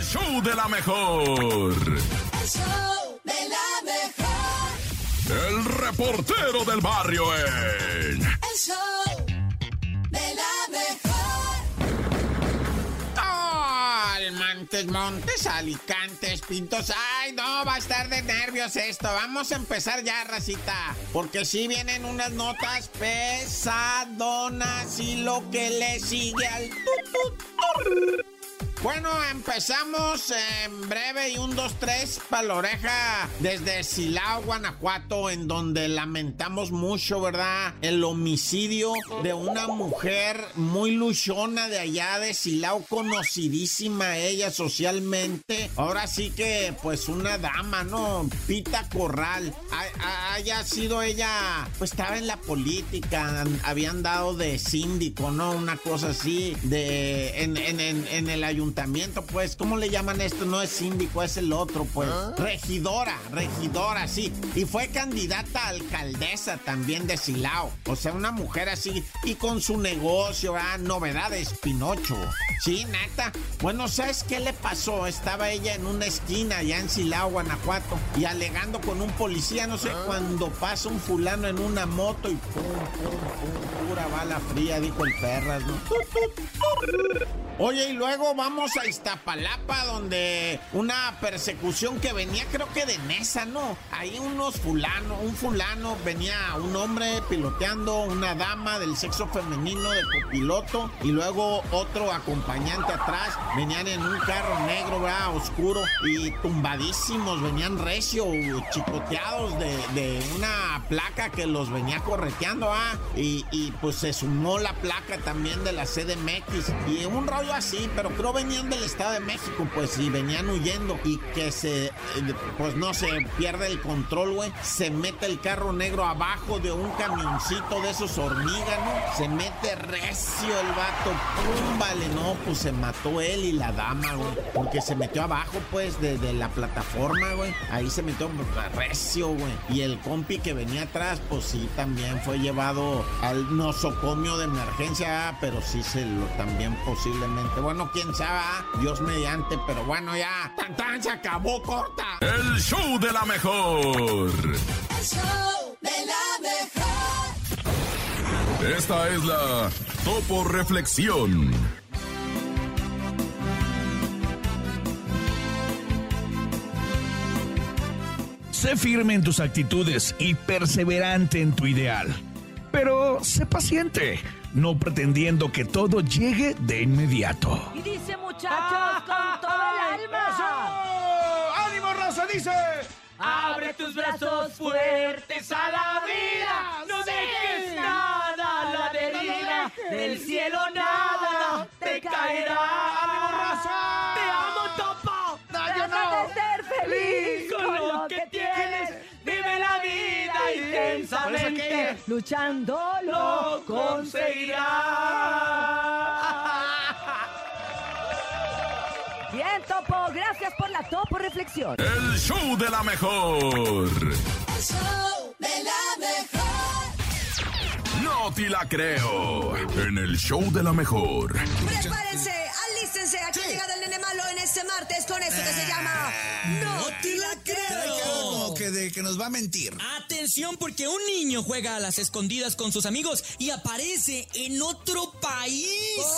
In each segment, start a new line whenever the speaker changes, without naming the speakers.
show de la mejor.
El show de la mejor.
El reportero del barrio en...
El show de la mejor.
Almantes, Montes, Alicantes, Pintos. Ay, no, va a estar de nervios esto. Vamos a empezar ya, racita. Porque sí vienen unas notas pesadonas y lo que le sigue al... tu, tu, tu. Bueno, empezamos en breve y un, dos, tres para la oreja desde Silao, Guanajuato, en donde lamentamos mucho, ¿verdad? El homicidio de una mujer muy luchona de allá de Silao, conocidísima ella socialmente. Ahora sí que, pues, una dama, ¿no? Pita Corral. A- a- haya sido ella, pues, estaba en la política, an- habían dado de síndico, ¿no? Una cosa así, de, en, en- en- en el ayuntamiento, pues, ¿cómo le llaman esto? No es síndico, es el otro, pues. Regidora, regidora, sí. Y fue candidata a alcaldesa también de Silao. O sea, una mujer así. Y con su negocio, ah, novedades, Pinocho. Sí, nata. Bueno, ¿sabes qué le pasó? Estaba ella en una esquina allá en Silao, Guanajuato, y alegando con un policía, no sé, cuando pasa un fulano en una moto y pum, pum, pum, pura bala fría, dijo el perras, ¿no? Oye, y luego vamos a Iztapalapa, donde una persecución que venía, creo que de Nesa, ¿no? Ahí unos fulano, un fulano, venía un hombre piloteando una dama del sexo femenino de copiloto, y luego otro acompañante atrás, venían en un carro negro, ¿verdad? Oscuro, y tumbadísimos, venían recio, chicoteados de, de una placa que los venía correteando, ¿ah? Y, y pues se sumó la placa también de la CDMX, y un rollo así, pero creo venían del Estado de México, pues, y venían huyendo, y que se, eh, pues no se pierde el control, güey, se mete el carro negro abajo de un camioncito de esos hormigas, ¿no? Se mete recio el vato, pum, vale, no, pues se mató él y la dama, güey, porque se metió abajo, pues, de, de la plataforma, güey, ahí se metió recio, güey, y el compi que venía atrás, pues sí, también fue llevado al nosocomio de emergencia, ah, pero sí se lo también posiblemente, bueno, quién sabe, ah, Dios mediante, pero bueno, ya, tan tan se acabó, corta.
El show de la mejor.
El show de la mejor.
Esta es la Topo Reflexión.
Sé firme en tus actitudes y perseverante en tu ideal. Pero sé paciente, no pretendiendo que todo llegue de inmediato.
Y dice muchachos con todo el alma.
¡Ánimo, raza! Dice.
Abre tus brazos fuertes a la vida. No dejes nada a la deriva. Del cielo nada te caerá.
¡Ánimo, raza!
Te amo, topo.
yo
Trata
no.
de ser feliz con lo que tienes. Vive la vida intensamente. Luchando lo conseguirás. Bien, topo. Gracias por la topo reflexión.
El show de la mejor.
El show de la mejor.
No te la creo. En el show de la mejor.
Prepárense, alístense, aquí ha llegado el nene malo en este martes con esto que
Ah,
se llama No te la
Hay que ver
creo.
como que, de, que nos va a mentir.
Atención porque un niño juega a las escondidas con sus amigos y aparece en otro país.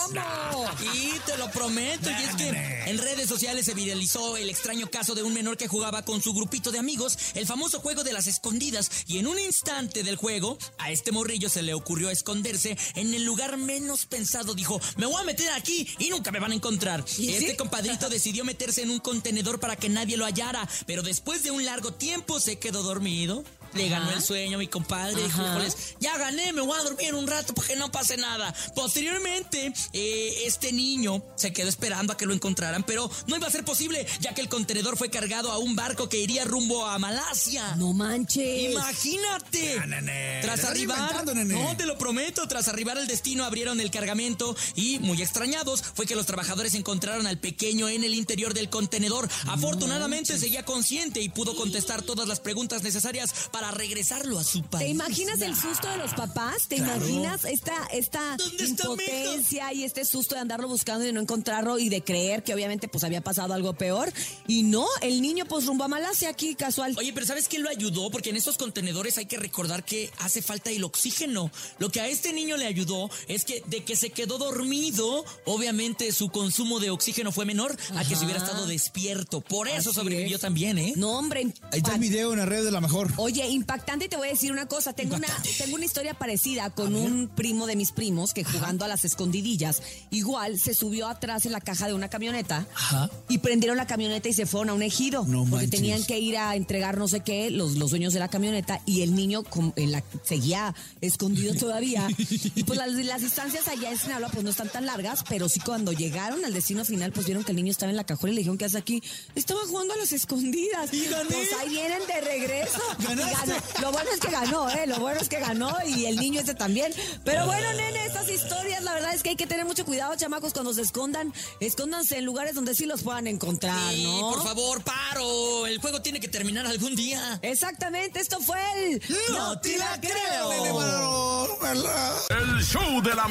¿Cómo?
Y te lo prometo, y es que en redes sociales se viralizó el extraño caso de un menor que jugaba con su grupito de amigos el famoso juego de las escondidas y en un instante del juego a este morrillo se le ocurrió esconderse en el lugar menos pensado, dijo, me voy a meter aquí y nunca me van a encontrar.
¿Y
este
sí?
compadrito decidió meterse en un contenedor para que nadie lo hallara, pero después de un largo tiempo se quedó dormido. Le ganó
Ajá.
el sueño a mi compadre, dijo,
Ajá.
"Híjoles, ya gané, me voy a dormir un rato para que no pase nada. Posteriormente, eh, este niño se quedó esperando a que lo encontraran, pero no iba a ser posible, ya que el contenedor fue cargado a un barco que iría rumbo a Malasia.
No manches.
Imagínate.
Ya, nene,
Tras
te estás
arribar,
inventando, nene.
no te lo prometo, tras arribar al destino abrieron el cargamento y muy extrañados fue que los trabajadores encontraron al pequeño en el interior del contenedor. Afortunadamente seguía consciente y pudo contestar todas las preguntas necesarias para
para regresarlo a su país.
¿Te imaginas el susto de los papás? ¿Te
Claro.
imaginas esta, esta
¿Dónde está mi hijo?
impotencia y este susto de andarlo buscando y de no encontrarlo y de creer que obviamente pues había pasado algo peor? Y no, el niño pues rumbo a Malasia aquí casual.
Oye, pero ¿sabes quién lo ayudó? Porque en estos contenedores hay que recordar que hace falta el oxígeno. Lo que a este niño le ayudó es que de que se quedó dormido, obviamente su consumo de oxígeno fue menor a que si hubiera estado despierto. Por eso
Así
sobrevivió
es.
también, ¿eh?
No, hombre.
Ahí está el
impa-
video en las redes de la mejor.
Oye, impactante, y te voy a decir una cosa. Tengo una, tengo una historia parecida con un primo de mis primos que jugando a las escondidillas, igual se subió atrás en la caja de una camioneta
Ajá.
y prendieron la camioneta y se fueron a un ejido.
No
porque
manches.
tenían que ir a entregar no sé qué, los, los dueños de la camioneta, y el niño con- en la, seguía escondido todavía. Y pues las, las distancias allá en Sinaloa pues no están tan largas, pero sí cuando llegaron al destino final, pues vieron que el niño estaba en la cajuela y le dijeron, ¿qué hace aquí? Estaba jugando a las escondidas.
Y gané.
Pues ahí vienen de regreso. Y
Ganaste.
ganó. Lo bueno es que ganó, ¿eh? Lo bueno es que ganó y el niño este también.
Ah.
Pero bueno, nene, estas historias, la verdad es que hay que tener mucho cuidado, chamacos, cuando se escondan. Escóndanse en lugares donde sí los puedan encontrar,
Sí,
¿no?
por favor, paro. El juego tiene que terminar algún día.
Exactamente, esto fue el.
No te la creo.
Dale, varón, ¿verdad?
El show de la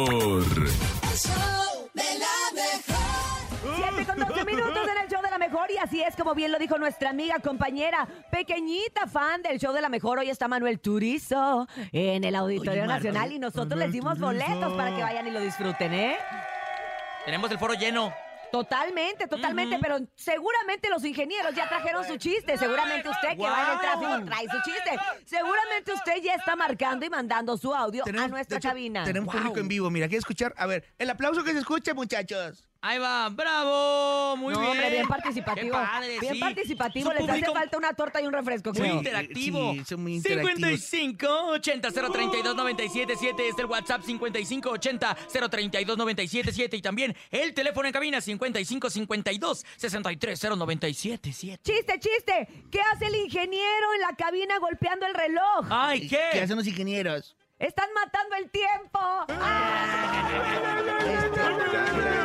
mejor.
El show de la mejor.
7 con 12 minutos en el show de la mejor. Y así es como bien lo dijo nuestra amiga, compañera, pequeñita fan del show de la mejor. Hoy está Manuel Turizo en el Auditorio
Oye, Manuel,
Nacional y nosotros les dimos boletos para que vayan y lo disfruten, ¿eh?
Tenemos el foro lleno.
Totalmente, totalmente, pero seguramente los ingenieros ya trajeron su chiste. Seguramente usted que va en el tráfico trae su chiste. Seguramente usted ya está marcando y mandando su audio a
Tenemos-
nuestra
de hecho,
cabina.
Tenemos público en vivo. Mira, ¿quieres escuchar? A ver, el aplauso que se escuche, muchachos.
Ahí va, bravo, muy
no,
bien.
hombre, bien participativo.
Qué padre,
bien
sí. Es
participativo,
un
les hace
público
falta una torta y un refresco,
Muy
creo.
interactivo.
Sí, son muy interactivos.
55 80 032 977 es el WhatsApp 55 80 032 977 y también el teléfono en cabina 55 52 63 097 7.
Chiste, chiste. ¿Qué hace el ingeniero en la cabina golpeando el reloj?
Ay, ¿qué?
¿Qué hacen los ingenieros?
Están matando el tiempo. ¡Ah!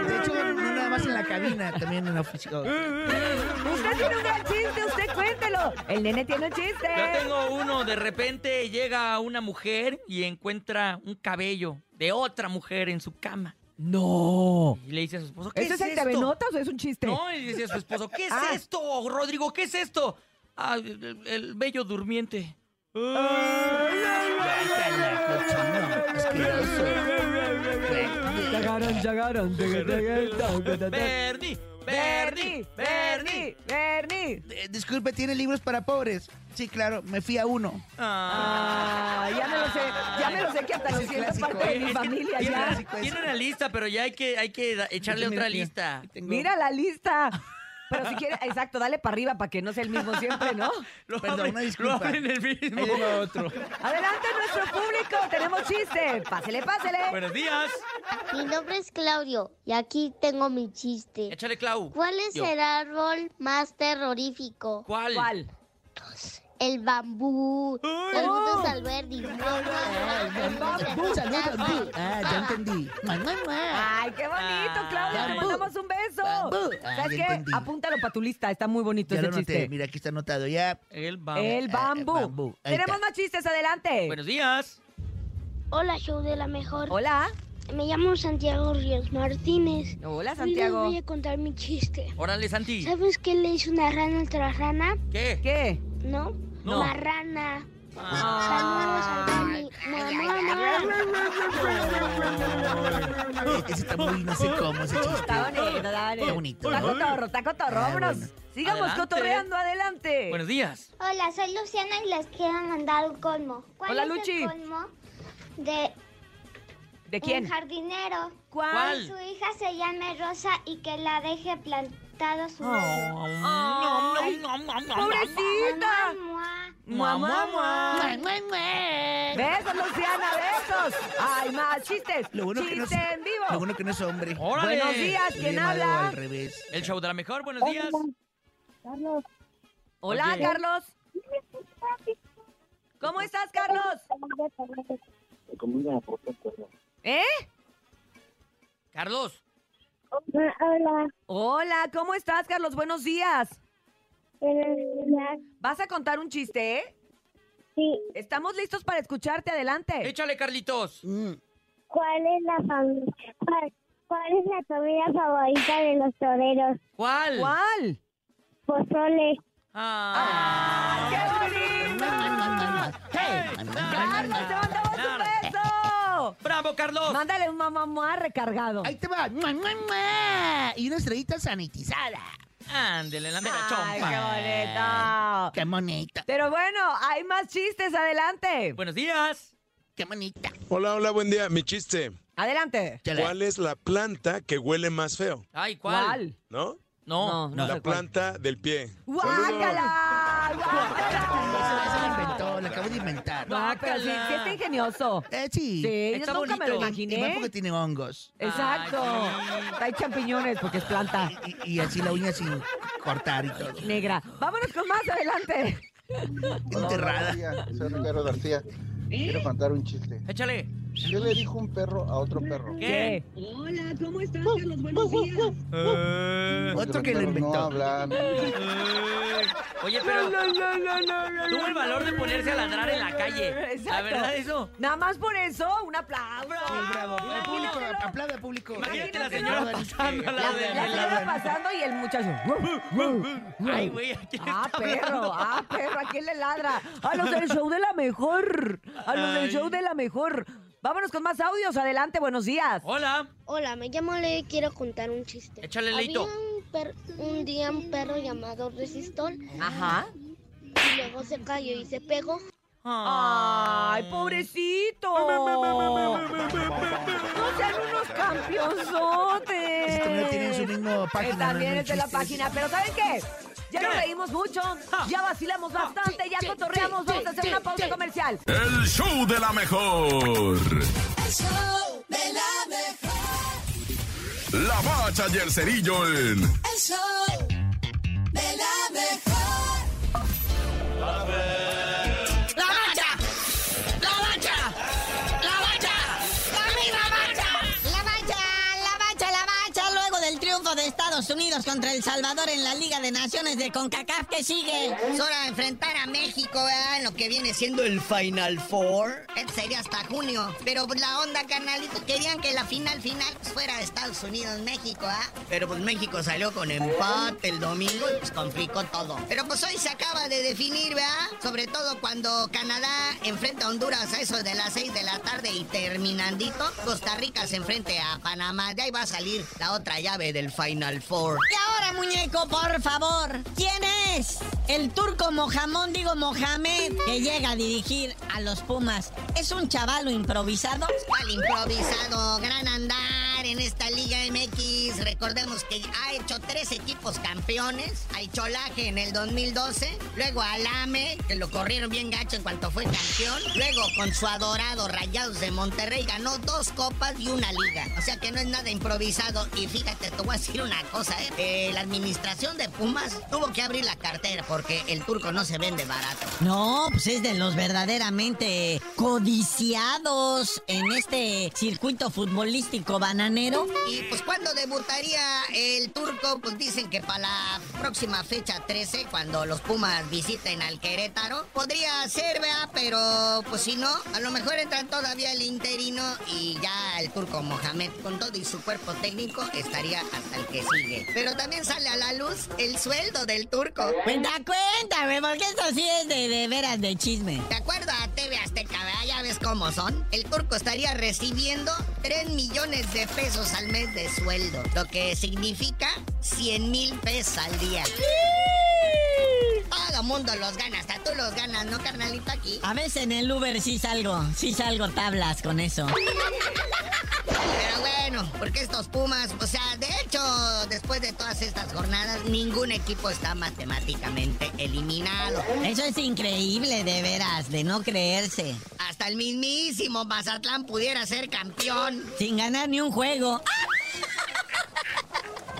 De hecho, no nada más en la cabina, también en la oficina.
Usted tiene un gran chiste, usted cuéntelo. El nene tiene un chiste.
Yo tengo uno, de repente llega una mujer y encuentra un cabello de otra mujer en su cama. No. Y le dice a su esposo, ¿qué
¿Este Oh. es el
esto?
TV Notas o es un chiste?
No, y dice a su esposo, ¿qué es
Ah.
esto, Rodrigo? ¿Qué es esto? Ah, el, el bello durmiente. Bernie, Bernie, Bernie.
Bernie, Bernie.
Eh, disculpe, ¿tiene libros para pobres? Sí, claro, me fui a uno.
Ah, ya me lo sé, ya me lo sé que hasta lo
Ese es
siento
clásico,
parte de
¿eh?
mi
Es que
familia
tiene,
ya.
clásico ese.
tiene una lista, pero ya hay que, hay que da- echarle
Mira,
otra
mira,
lista.
aquí tengo.
Mira la lista. Pero si quiere, exacto, dale para arriba para que no sea el mismo siempre, ¿no?
Lo
Perdón,
abre-
una disculpa.
Lo abren el
Ahí
mismo.
le va otro.
Adelante nuestro público, tenemos chiste. Pásele, pásele.
Buenos días.
Mi nombre es Claudio y aquí tengo mi chiste.
Échale, Clau.
¿Cuál es
Yo.
el árbol más terrorífico?
¿Cuál?
¿Cuál?
El bambú.
¡Ay!
¡Oh!
Saludos al Verdi.
el bambú,
saludos al bambú. Ah, ya entendí.
Ay, qué
Ah.
bonito, Claudio, te
Ay.
mandamos un beso.
Ah, Bambú. Ah,
¿Sabes
ya
qué?
entendí.
Apúntalo para tu lista, está muy bonito
Ya
ese
lo noté.
chiste.
Mira, aquí está anotado ya.
El bambú.
El bambú.
Eh, bambú, ahí
Tenemos
está.
más chistes, adelante.
Buenos días.
Hola, show de la mejor.
Hola.
Me llamo Santiago Ríos Martínez.
Hola,
Les
Santiago.
voy a contar mi chiste.
Órale, Santi.
¿Sabes qué le hizo una rana a otra rana?
¿Qué?
¿Qué?
¿No?
No.
Marrana. Saludos al Verdi.
Ese está muy, no sé cómo, ese chiste.
Está bonito, está bonito.
Está bonito. ¿eh?
Está cotorro, está cotorro.
Ah,
Vámonos.
bueno.
Sigamos
Adelante.
cotorreando, adelante.
Buenos días.
Hola, soy Luciana y les quiero mandar un colmo. ¿Cuál
Hola,
es
Luchi.
el colmo de
¿De quién?
un jardinero?
¿Cuál?
Su hija se llame Rosa y que la deje plantado su árbol.
Ay, ¡Pobrecita!
Mua,
¡Mua, mua, mua!
mua.
Besos, Luciana, besos. Hay más chistes.
Lo bueno, que no
Chiste
es,
en vivo.
lo bueno que no es hombre.
Órale.
Buenos días,
Sería
¿quién
malo
habla?
Al revés.
El show de la mejor, buenos días.
Hola,
Oye.
Carlos. ¿Cómo estás, Carlos? ¿Eh?
Carlos.
Hola,
Hola, ¿cómo estás, Carlos? Buenos días.
buenos días.
Vas a contar un chiste, ¿eh?
Sí.
Estamos listos para escucharte, adelante.
Échale, Carlitos.
¿Cuál es la fam- cuál, cuál es la comida favorita de los toreros?
¿Cuál?
¿Cuál?
Pozole.
Ah, ¡Carlos, te mandamos un beso!
¡Bravo, Carlos!
¡Oh! Mándale un mamá mamá recargado.
Ahí te va. ¡Mua, mua, mua! Y una estrellita sanitizada.
Ándele, la mera
¡Ay,
chompa.
qué bonito!
Qué bonita.
Pero bueno, hay más chistes, adelante.
Buenos días.
Qué bonita.
Hola, hola, buen día. Mi chiste.
Adelante.
¿Cuál es la planta que huele más feo?
Ay, ¿cuál?
¿No?
No, no,
La
sé cuál.
planta del pie.
¡Guácala!
Eso lo
¡Guácala!
inventó, lo acabo de inventar.
No, pero sí, sí está ingenioso.
Eh, sí.
Sí, yo
Está
nunca me lo
bonito.
Y más porque
imaginé.
tiene hongos.
Exacto.
Ay,
Hay champiñones porque es planta
Y, y así la uña sin cortar y todo.
negra. Vámonos con más adelante.
Enterrada.
Soy Ricardo García. Quiero contar un chiste.
Échale.
¿Qué le dijo un perro a otro perro? Pues,
¿Qué?
Hola, ¿cómo estás, Carlos? Buenos días.
Eh,
Porque
Otro
los
que lo
perros pues. No
inventó.
hablan.
eh. Oye, pero tuvo el valor de ponerse a ladrar en la calle. La
Exacto.
verdad, eso.
Nada más por eso, un aplauso.
Bravo. El público,
Imagínatelo.
aplaude al público.
Imagínate la señora pasando al
La,
lado de
la
al
señora
lado
pasando y el muchacho. ¡uh,
de- Ay, güey, aquí le
Ah,
está
perro,
hablando.
ah, perro, ¿a quién le ladra? Ah, A los del show de la mejor, a los
Ay.
del show de la mejor. Vámonos con más audios, adelante, buenos días.
Hola.
Hola, me llamo Le y quiero contar un chiste.
Échale, Leito.
Había un, per- un día un perro llamado Resistol
Ajá.
y luego se cayó y se pegó.
Ay, pobrecito. No sean unos
Ese
campeonzotes.
también tiene su mismo página,
Eh,
no
También
hay
es de la
chistes.
página, pero ¿saben qué? Ya nos reímos mucho,
Ah.
ya vacilamos bastante, ya cotorreamos, vamos a hacer una pausa comercial.
El show de la mejor.
El show de la mejor.
La bacha y el cerillo en
El show de la mejor.
¡La mancha! ¡La mancha! ¡La mancha! ¡La misma mancha!
La bacha, la bacha, la bacha, luego del triunfo de Estados Unidos contra El Salvador en la Liga de Naciones de CONCACAF que sigue. Es hora de enfrentar a México, ¿verdad? En lo que viene siendo el Final Four. Este sería hasta junio. Pero pues, la onda, carnalito, querían que la final final pues, fuera de Estados Unidos-México, ¿ah?
Pero pues México salió con empate el domingo y pues complicó todo.
Pero pues hoy se acaba de definir, ¿verdad? Sobre todo cuando Canadá enfrenta a Honduras a eso de las 6 de la tarde y terminandito, Costa Rica se enfrente a Panamá. De ahí va a salir la otra llave del Final Four.
Y ahora, muñeco, por favor,
¿Quién es? El turco Mohamón, digo Mohamed, que llega a dirigir a los Pumas. ¿Es un chavalo improvisado? ¿Cuál improvisado? Gran andar en esta Liga MX. Recordemos que ha hecho tres equipos campeones. A Icholaje en el 2012. Luego a Alame, que lo corrieron bien gacho en cuanto fue campeón. Luego con su adorado Rayados de Monterrey ganó dos copas y una liga. O sea que no es nada improvisado. Y fíjate, te voy a decir una cosa, ¿eh? Eh, la administración de Pumas tuvo que abrir la cartera porque el turco no se vende barato. No, pues es de los verdaderamente codiciados en este circuito futbolístico bananero.
Y pues cuando debutaría el turco, pues dicen que para la
Próxima fecha 13, cuando los Pumas visiten al Querétaro, podría ser, vea, pero pues si no, a lo mejor entra todavía el interino y ya el turco Mohamed con todo y su cuerpo técnico estaría hasta el que sigue. Pero también sale a la luz el sueldo del turco.
Cuenta,
cuéntame, porque esto sí es de, de veras de chisme.
De acuerdo a TV Azteca, ¿verdad? ya ves cómo son. El turco estaría recibiendo 3 millones de pesos al mes de sueldo, lo que significa 100 mil pesos al día.
Todo mundo los gana, hasta tú los ganas, ¿no, carnalito aquí? A veces en el Uber sí salgo, sí salgo tablas con eso.
Pero bueno, porque estos Pumas, o sea, de hecho, después de todas estas jornadas, ningún equipo está matemáticamente eliminado.
Eso es increíble, de veras, de no creerse.
Hasta el mismísimo Mazatlán pudiera ser campeón.
Sin ganar ni un juego.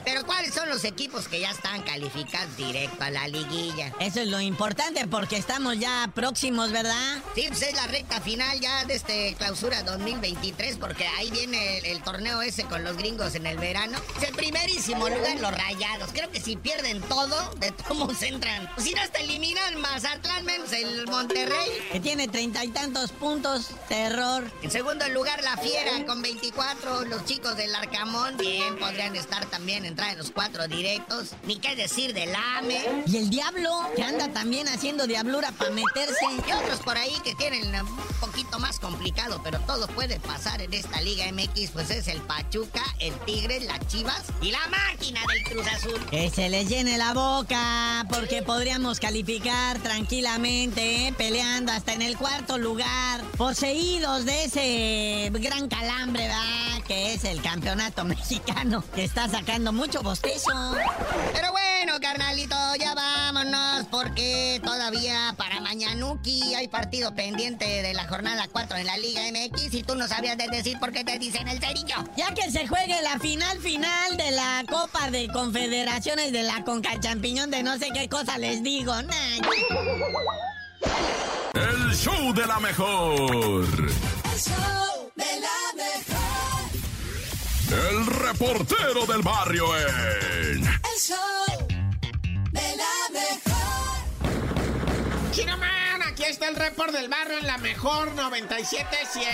Pero ¿cuáles son los equipos que ya están calificados directo a la liguilla?
Eso es lo importante porque estamos ya próximos, ¿verdad?
Sí, pues es la recta final ya de este clausura 2023 porque ahí viene el, el torneo ese con los gringos en el verano. Es el primerísimo lugar los rayados. Creo que si pierden todo, de cómo se entran. Pues, Si no te eliminan Mazatlán, menos el Monterrey.
Que tiene treinta y tantos puntos, terror.
En segundo lugar, la Fiera con 24. Los chicos del Arcamón bien podrían estar también, entrar en los cuatro directos. Ni qué decir del AME.
Y el diablo, que anda también haciendo diablura para meterse.
Y otros por ahí que tienen un poquito más complicado, pero todo puede pasar en esta Liga MX, pues es el Pachuca, el Tigres, las Chivas y la máquina del Cruz Azul.
Que se les llene la boca, porque podríamos calificar tranquilamente, ¿eh? peleando hasta en el cuarto lugar, poseídos de ese gran calambre, ¿verdad? Que es el campeonato mexicano, que está sacando mucho bostezo.
Pero bueno, carnalito, ya vámonos, porque todavía para Mañanuki hay partido pendiente de la jornada 4 en la Liga MX y tú no sabías de decir por qué te dicen el cerillo.
Ya que se juegue la final final de la Copa de Confederaciones de la Conca Champiñón de no sé qué cosa les digo, nah.
El show de la mejor.
El show de la mejor.
El reportero del barrio en.
El show de la mejor.
Chinaman, aquí está el report del barrio en la mejor 977.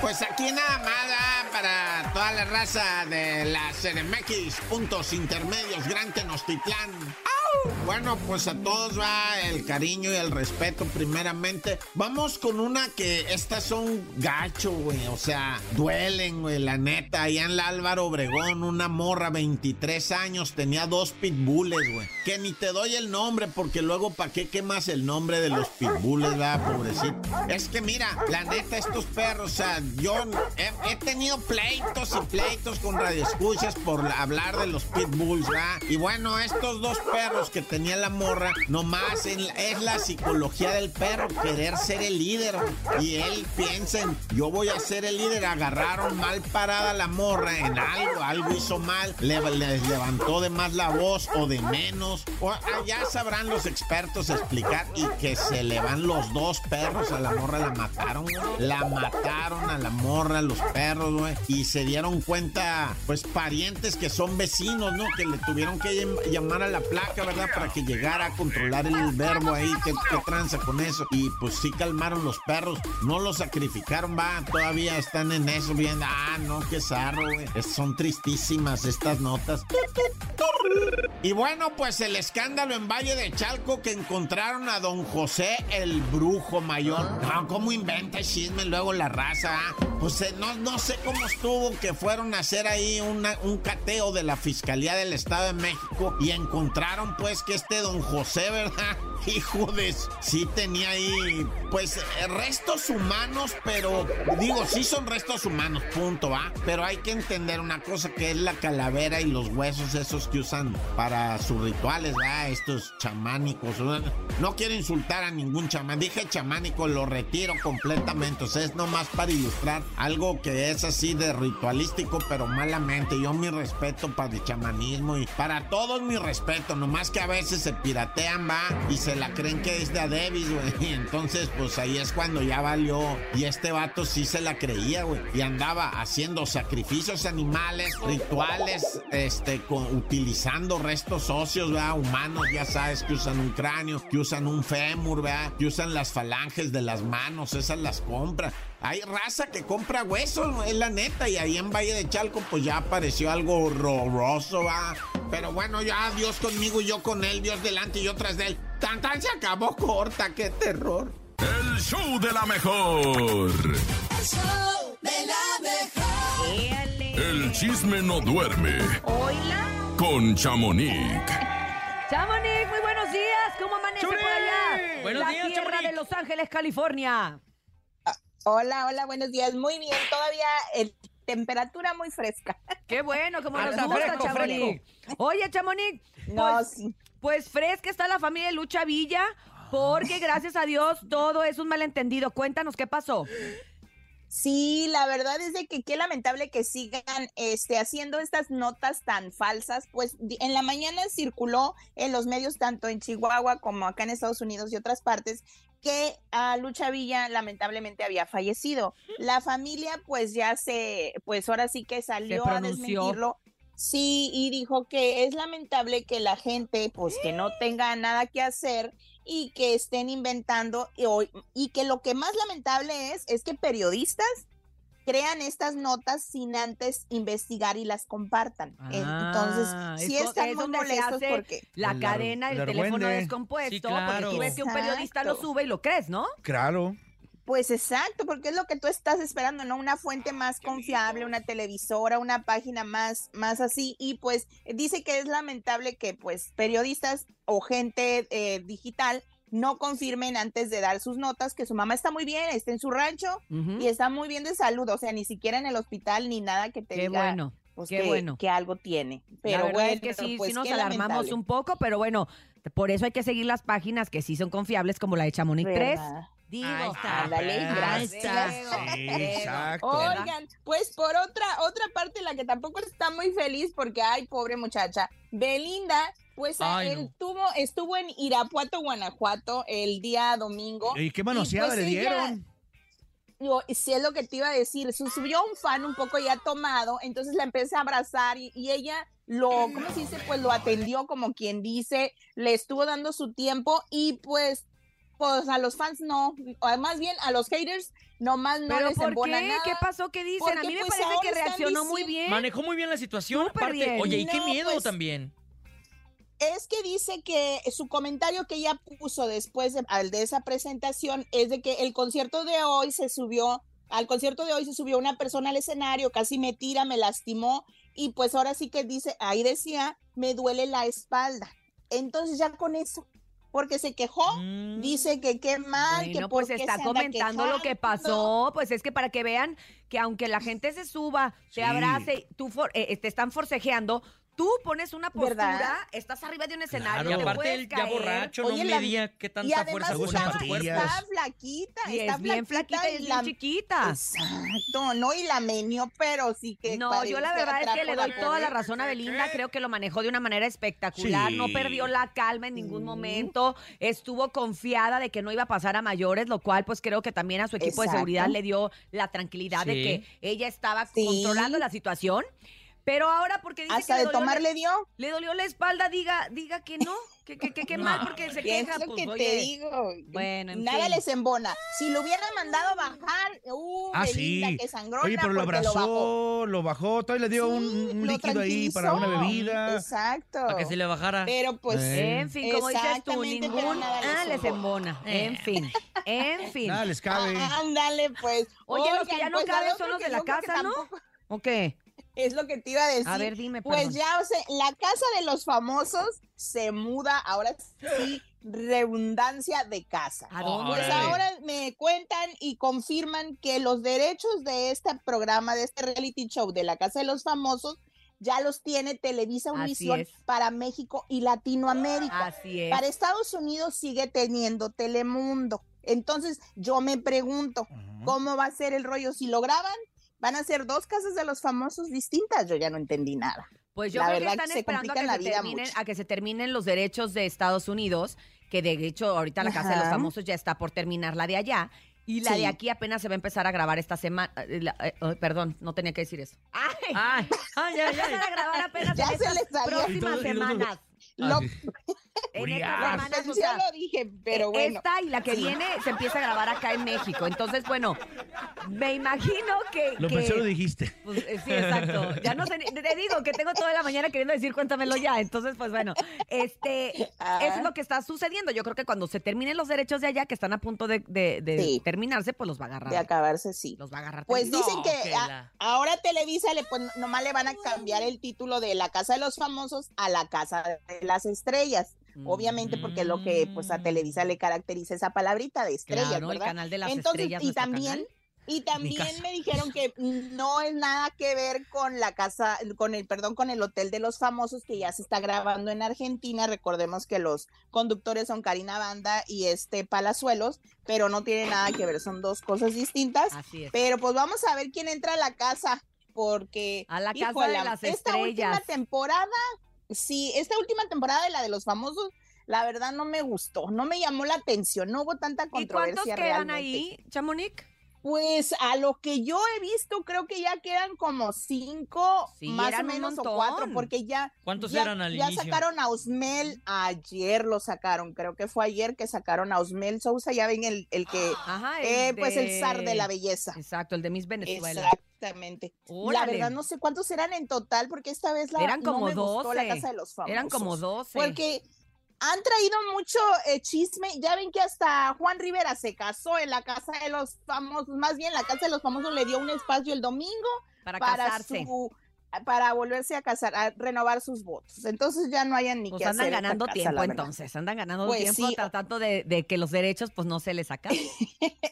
Pues aquí nada más ah, para toda la raza de la CDMX, puntos intermedios, Gran Tenochtitlán. ¡Au! Bueno, pues a todos va el cariño y el respeto primeramente. Vamos con una que estas son gacho, güey. O sea, duelen, güey, la neta. Allá en la Álvaro Obregón, una morra, 23 años, tenía dos pitbulles, güey. Que ni te doy el nombre porque luego para qué quemas el nombre de los pitbulles, va, pobrecito. Es que mira, la neta, estos perros, o sea, yo he, he tenido pleitos y pleitos con radioescuchas por la- hablar de los pitbulls, va. Y bueno, estos dos perros que tenía la morra, nomás en la- es la psicología del perro, querer ser el líder. Y él piensa en, yo voy a ser el líder. Agarraron mal parada la morra en algo, algo hizo mal, le, les levantó de más la voz o de menos. O, allá sabrán los expertos explicar y que se le van los dos perros a la morra, la mataron, güey. La mataron a la morra, los perros, güey. Y se dieron cuenta, pues, parientes que son vecinos, ¿no? Que le tuvieron que llam- llamar a la placa, ¿verdad? Para que llegara a controlar el verbo ahí, que, tranza con eso. Y pues sí calmaron los perros, no los sacrificaron, va, todavía están en eso, viendo, ah, no, qué zarro, güey. Es- Son tristísimas estas notas. Y bueno, pues el escándalo en Valle de Chalco que encontraron a don José el brujo mayor. No, ¿cómo inventa chisme luego la raza? ah? Pues eh, no, no sé cómo estuvo que fueron a hacer ahí una- un cateo de la Fiscalía del Estado de México y encontraron pues que este don José, ¿verdad? Hijo de... s- Sí tenía ahí pues eh, restos humanos, pero digo, sí Pues son restos humanos, punto, ¿va? Pero hay que entender una cosa que es la calavera y los huesos esos que usan para sus rituales, ¿verdad? Estos chamánicos. No quiero insultar a ningún chamán. Dije chamánico, lo retiro completamente. O sea, es nomás para ilustrar algo que es así de ritualístico, pero malamente. Yo mi respeto para el chamanismo y para todos mi respeto. Nomás que a veces se piratean, va, y se la creen que es de a Davis, güey. Y entonces, pues ahí es cuando ya valió. Y este vato sí se la creía, güey. Y andaba haciendo sacrificios animales, rituales, este, con- utilizando restos óseos, ¿verdad? Humanos, ya sabes, que usan un cráneo, que usan un fémur, ¿verdad? Que usan las falanges de las manos, esas las compra. Hay raza que compra huesos, güey, es la neta. Y ahí en Valle de Chalco, pues ya apareció algo horroroso, ¿verdad? Pero bueno, ya Dios conmigo y yo con él, Dios delante y yo tras de él. Tan tan se acabó corta, qué terror.
El show de la mejor.
El show de la mejor.
El chisme no duerme.
Hola,
Con Chamonix.
Chamonix, muy buenos días. ¿Cómo amanece por allá?
Buenos
La
días,
tierra
Chamonix.
de Los Ángeles, California.
Ah, Hola, hola, buenos días. Muy bien, todavía eh, temperatura muy fresca.
Qué bueno, como
Ah,
nos
está
gusta,
fresco,
Chamonix. Oye, Chamonix, pues,
No, sí.
pues fresca está la familia de Lucha Villa,
Ah.
porque gracias a Dios todo es un malentendido. Cuéntanos qué pasó.
Sí, la verdad es de que qué lamentable que sigan este, haciendo estas notas tan falsas. Pues di- en la mañana circuló en los medios, tanto en Chihuahua como acá en Estados Unidos y otras partes, que a Lucha Villa lamentablemente había fallecido. La familia pues ya se, pues ahora sí que salió a
pronunció.
desmentirlo. Sí, y dijo que es lamentable que la gente, pues que no tenga nada que hacer y que estén inventando y, o- y que lo que más lamentable es es que periodistas crean estas notas sin antes investigar y las compartan. Eh,
Ah,
Entonces, sí
es do-
están
es
muy
donde se
molestos
hace
porque
La
El ar-
cadena, el,
el
teléfono
argüende.
descompuesto,
Sí, claro.
porque tú ves que un periodista lo
Exacto.
sube y lo crees, ¿no?
Claro.
Pues exacto, porque es lo que tú estás esperando, ¿no? Una fuente más confiable, una televisora, una página más, más así. Y pues dice que es lamentable que pues periodistas o gente eh, digital no confirmen antes de dar sus notas que su mamá está muy bien, está en su rancho
Ujú.
y está muy bien de salud, o sea, ni siquiera en el hospital ni nada que te
Qué
diga,
bueno,
pues,
qué
que,
bueno.
que algo tiene.
la
Pero
verdad
bueno,
es que sí,
pues,
sí nos
qué
alarmamos
lamentable.
un poco, pero bueno, por eso hay que seguir las páginas que sí son confiables, como la de Chamonix 3.
¿Verdad?
Digo,
Ahí está, ándale, gracias.
Ah, pues, Sí,
Pero,
exacto.
Oigan, pues por otra, otra parte, la que tampoco está muy feliz porque, ay, pobre muchacha, Belinda, pues a-
Ay,
él
no.
tuvo, estuvo en Irapuato, Guanajuato, el día domingo.
¿Y qué manoseada
pues
le
ella-
dieron?
Digo, si es lo que te iba a decir, su- subió un fan un poco ya tomado, entonces la empecé a abrazar y, y ella lo, ¿cómo se dice? Pues lo atendió como quien dice, le estuvo dando su tiempo y pues, pues a los fans no, o más bien a los haters nomás no
¿Pero
les
por
embona
qué?
nada.
¿Qué pasó? ¿Qué dicen?
Porque,
a mí me
pues,
parece
ahora
que
están
reaccionó muy
diciendo-
bien.
Manejó muy bien la situación.
Súper
aparte.
bien.
Oye, y qué
No,
miedo
pues,
también.
Es que dice que su comentario que ella puso después de, al de esa presentación es de que el concierto de hoy se subió, al concierto de hoy se subió una persona al escenario, casi me tira, me lastimó y pues ahora sí que dice, ahí decía, me duele la espalda. Entonces ya con eso, porque se quejó, dice que qué mal, que
Bueno,
por
pues
qué
está
se anda
comentando lo que
quejando.
pasó. Pues es que para que vean que aunque la gente se suba,
Sí.
te abrace, tú for- eh, te están forcejeando, tú pones una postura,
¿Verdad?
estás arriba de un
Claro.
escenario,
Y
te
aparte
puedes
él ya
caer.
borracho, no medía qué
Y
tanta
además
fuerza usa para
estaba,
su cuerpo.
está flaquita,
Y
está
es bien flaquita y es bien chiquita.
Exacto, no, y la menió, pero sí que
No,
para
yo
irse
la
a
verdad es que le
trapo
doy
al
toda la
pobre.
razón a Belinda. Creo que lo manejó de una manera espectacular. No
Sí. Mm.
perdió la calma en ningún momento. Estuvo confiada de que no iba a pasar a mayores, lo cual pues creo que también a su equipo de
Exacto.
seguridad le dio la tranquilidad de
Sí.
que ella estaba controlando la situación. Pero ahora porque dice
Hasta
que le
de
dolió
tomar
la-
le dio.
Le dolió la espalda, diga, diga que no, que, que, que, que mal porque se
Es
queja.
lo
pues,
que te
oye,
digo.
Bueno, en
Nada
fin.
les embona. Si lo hubiera mandado bajar, uh,
Ah,
Belinda,
sí.
que sangrona,
Oye, pero lo
porque lo bajó.
abrazó, lo bajó, todavía le dio un, un
lo
líquido ahí para una
tranquilizó.
bebida.
Exacto.
Para que se le bajara.
Pero pues.
Eh.
En fin, como dices tú,
exactamente, pero
ningún
nada
ah, les
les
embona.
Eh.
En fin, en fin.
Nada les cabe.
Ándale, pues.
Oye, los que
Oigan,
ya no
pues, la
caben
otra
son los
que
de la
yo creo que
casa, ¿no?
tampoco-
¿O qué?
Es lo que te iba a decir.
A ver, dime,
Pues
perdón.
ya, o sea, la casa de los famosos se muda, ahora sí, redundancia de casa.
¿A dónde?
Pues
Órale.
ahora me cuentan y confirman que los derechos de este programa, de este reality show de la casa de los famosos, ya los tiene Televisa
Así
Univisión
es.
para México y Latinoamérica.
Así es.
Para Estados Unidos sigue teniendo Telemundo. Entonces, yo me pregunto, ¿cómo va a ser el rollo si lo graban? Van a ser dos casas de los famosos distintas. Yo ya no entendí nada.
Pues yo
La
creo que
verdad
están
se
esperando a
complican
que,
la
se
vida
terminen,
mucho.
a que se terminen los derechos de Estados Unidos, que de hecho ahorita la Casa de los
Ajá.
Famosos ya está por terminar la de allá, y la
Sí.
de aquí apenas se va a empezar a grabar esta semana. eh, la- eh, oh, perdón, no tenía que decir eso. ¡Ay!
¡Ay!
ay, ay, ay. a grabar apenas
Ya
en
Ah, se
estas
les salió.
próximas
Y todo- y todo-
semanas.
Lo-
En estas
la
semanas, o
intención
sea,
Ah, pues
eh,
lo dije, pero bueno.
Esta y la que
Sí.
viene se empieza a grabar acá en México. Entonces, bueno, me imagino que...
Lo
que-
pensé, lo dijiste.
pues, eh, sí, exacto. Ya no sé, ni- te digo que tengo toda la mañana queriendo decir cuéntamelo ya. Entonces, pues bueno, este,
Ah.
eso es lo que está sucediendo. Yo creo que cuando se terminen los derechos de allá, que están a punto de, de- de
Sí.
terminarse, pues los va a agarrar.
De acabarse, sí.
Los va a agarrar.
Pues
No,
dicen que a-
la-
ahora Televisa le pon- nomás le van a cambiar el título de La Casa de los Famosos a La Casa de las Estrellas. Obviamente porque lo que pues a Televisa le caracteriza esa palabrita de estrellas,
Mm. Claro, el
¿verdad?
canal de las
Entonces,
estrellas,
y
nuestro
también
canal.
Y también
casa.
me dijeron que no es nada que ver con la casa, con el, perdón, con el Hotel de los Famosos que ya se está grabando en Argentina. Recordemos que los conductores son Karina Banda y este Palazuelos, pero no tiene nada que ver, son dos cosas distintas.
Así es.
Pero pues vamos a ver quién entra a la casa, porque...
A la casa de las
esta última
estrellas.
temporada, sí, esta última temporada de la de los Famosos, la verdad no me gustó, no me llamó la atención, no hubo tanta
¿Y cuántos
controversia
quedan
realmente.
ahí, Chamonix?
Pues a lo que yo he visto, creo que ya quedan como cinco,
Sí,
más o
eran un
menos, o
montón.
cuatro, porque ya.
¿Cuántos
ya-
eran al
Ya
inicio?
sacaron a Osmel, ayer lo sacaron, creo que fue ayer que sacaron a Osmel Sousa, ya ven el, el que.
Ah,
eh, Pues el zar de la belleza.
Exacto, el de Miss Venezuela.
Exactamente.
Órale.
La verdad no sé cuántos eran en total, porque esta vez la
Eran
no
como
me gustó la
12.
casa de los famosos.
Eran como 12.
Porque han traído mucho eh, chisme. Ya ven que hasta Juan Rivera se casó en la casa de los famosos. Más bien, la casa de los famosos le dio un espacio el domingo
Para casarse.
su- para volverse a casar, a renovar sus votos. Entonces ya no hayan ni
Pues
que
andan
hacer esta
ganando
casa,
tiempo
la verdad.
entonces, andan ganando
Pues
tiempo
sí.
tratando de, de que los derechos pues no se les sacan.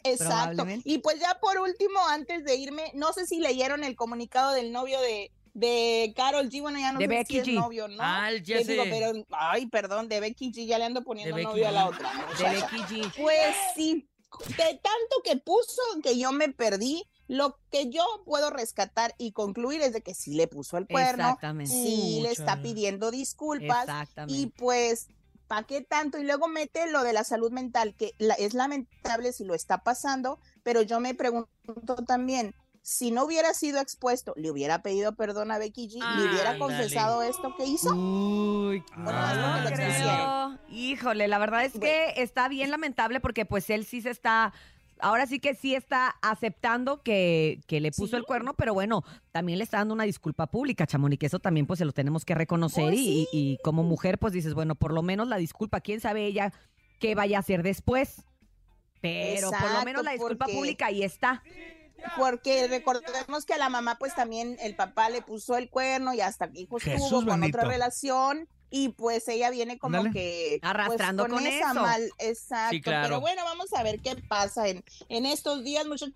Exacto.
Probablemente.
Y pues ya por último, antes de irme, no sé si leyeron el comunicado del novio de de Carol G, bueno, ya no
De
sé
Becky
si es
G.
novio, ¿no?
Ah, el
Que digo,
Jesse.
pero, ay, perdón, de Becky G, ya le ando poniendo
De Becky
novio a la
G.
otra.
De
muchacha.
Becky G.
Pues sí, de tanto que puso que yo me perdí, lo que yo puedo rescatar y concluir es de que sí le puso el cuerno,
Exactamente.
sí le está
Mucho.
pidiendo disculpas, y
Exactamente.
pues ¿Para qué tanto? Y luego mete lo de la salud mental, que la- es lamentable si lo está pasando, pero yo me pregunto también, si no hubiera sido expuesto, ¿le hubiera pedido perdón a Becky G? ¿Le hubiera
Ándale.
confesado esto que hizo?
Uy,
no,
No
lo
creo.
quisieron.
Híjole, la verdad es que está bien lamentable porque pues él sí se está, ahora sí que sí está aceptando que, que le puso el cuerno, pero bueno, también le está dando una disculpa pública, Chamón, y que eso también pues se lo tenemos que
Oh,
reconocer y, y- y como mujer pues dices, bueno, por lo menos la disculpa, quién sabe ella qué vaya a hacer después, pero por lo
Exacto,
menos la disculpa
porque-
pública ahí está.
Porque recordemos que a la mamá, pues también el papá le puso el cuerno y hasta hijos
Jesús
tuvo con
bendito.
otra relación. Y pues ella viene como
Ándale.
que pues,
Arrastrando con
esa
eso.
mal- exacto.
Sí, claro.
Pero bueno, vamos a ver qué pasa en, en estos días, muchachos.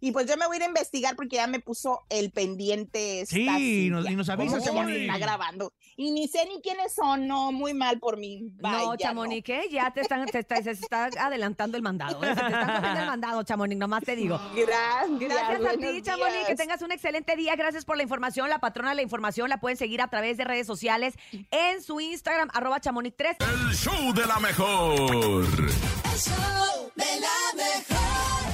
Y pues yo me voy a ir a investigar porque ya me puso el pendiente. esta
Sí,
Cintia.
nos- y nos avisas,
Como ella se
Chamonix.
está grabando. Y ni sé ni quiénes son, no, muy mal por mí.
no,
Vaya,
Chamonix, ¿qué? ya te están, te está, se está adelantando el mandado. ¿eh? Se te está cogiendo el mandado, Chamonix, nomás te digo.
Gracias.
Gracias a ti,
buenos
Chamonix. Que
días.
tengas un excelente día. Gracias por la información. La patrona de la información la pueden seguir a través de redes sociales en su Instagram, arroba chamonix3.
El show de la mejor.
El show de la mejor.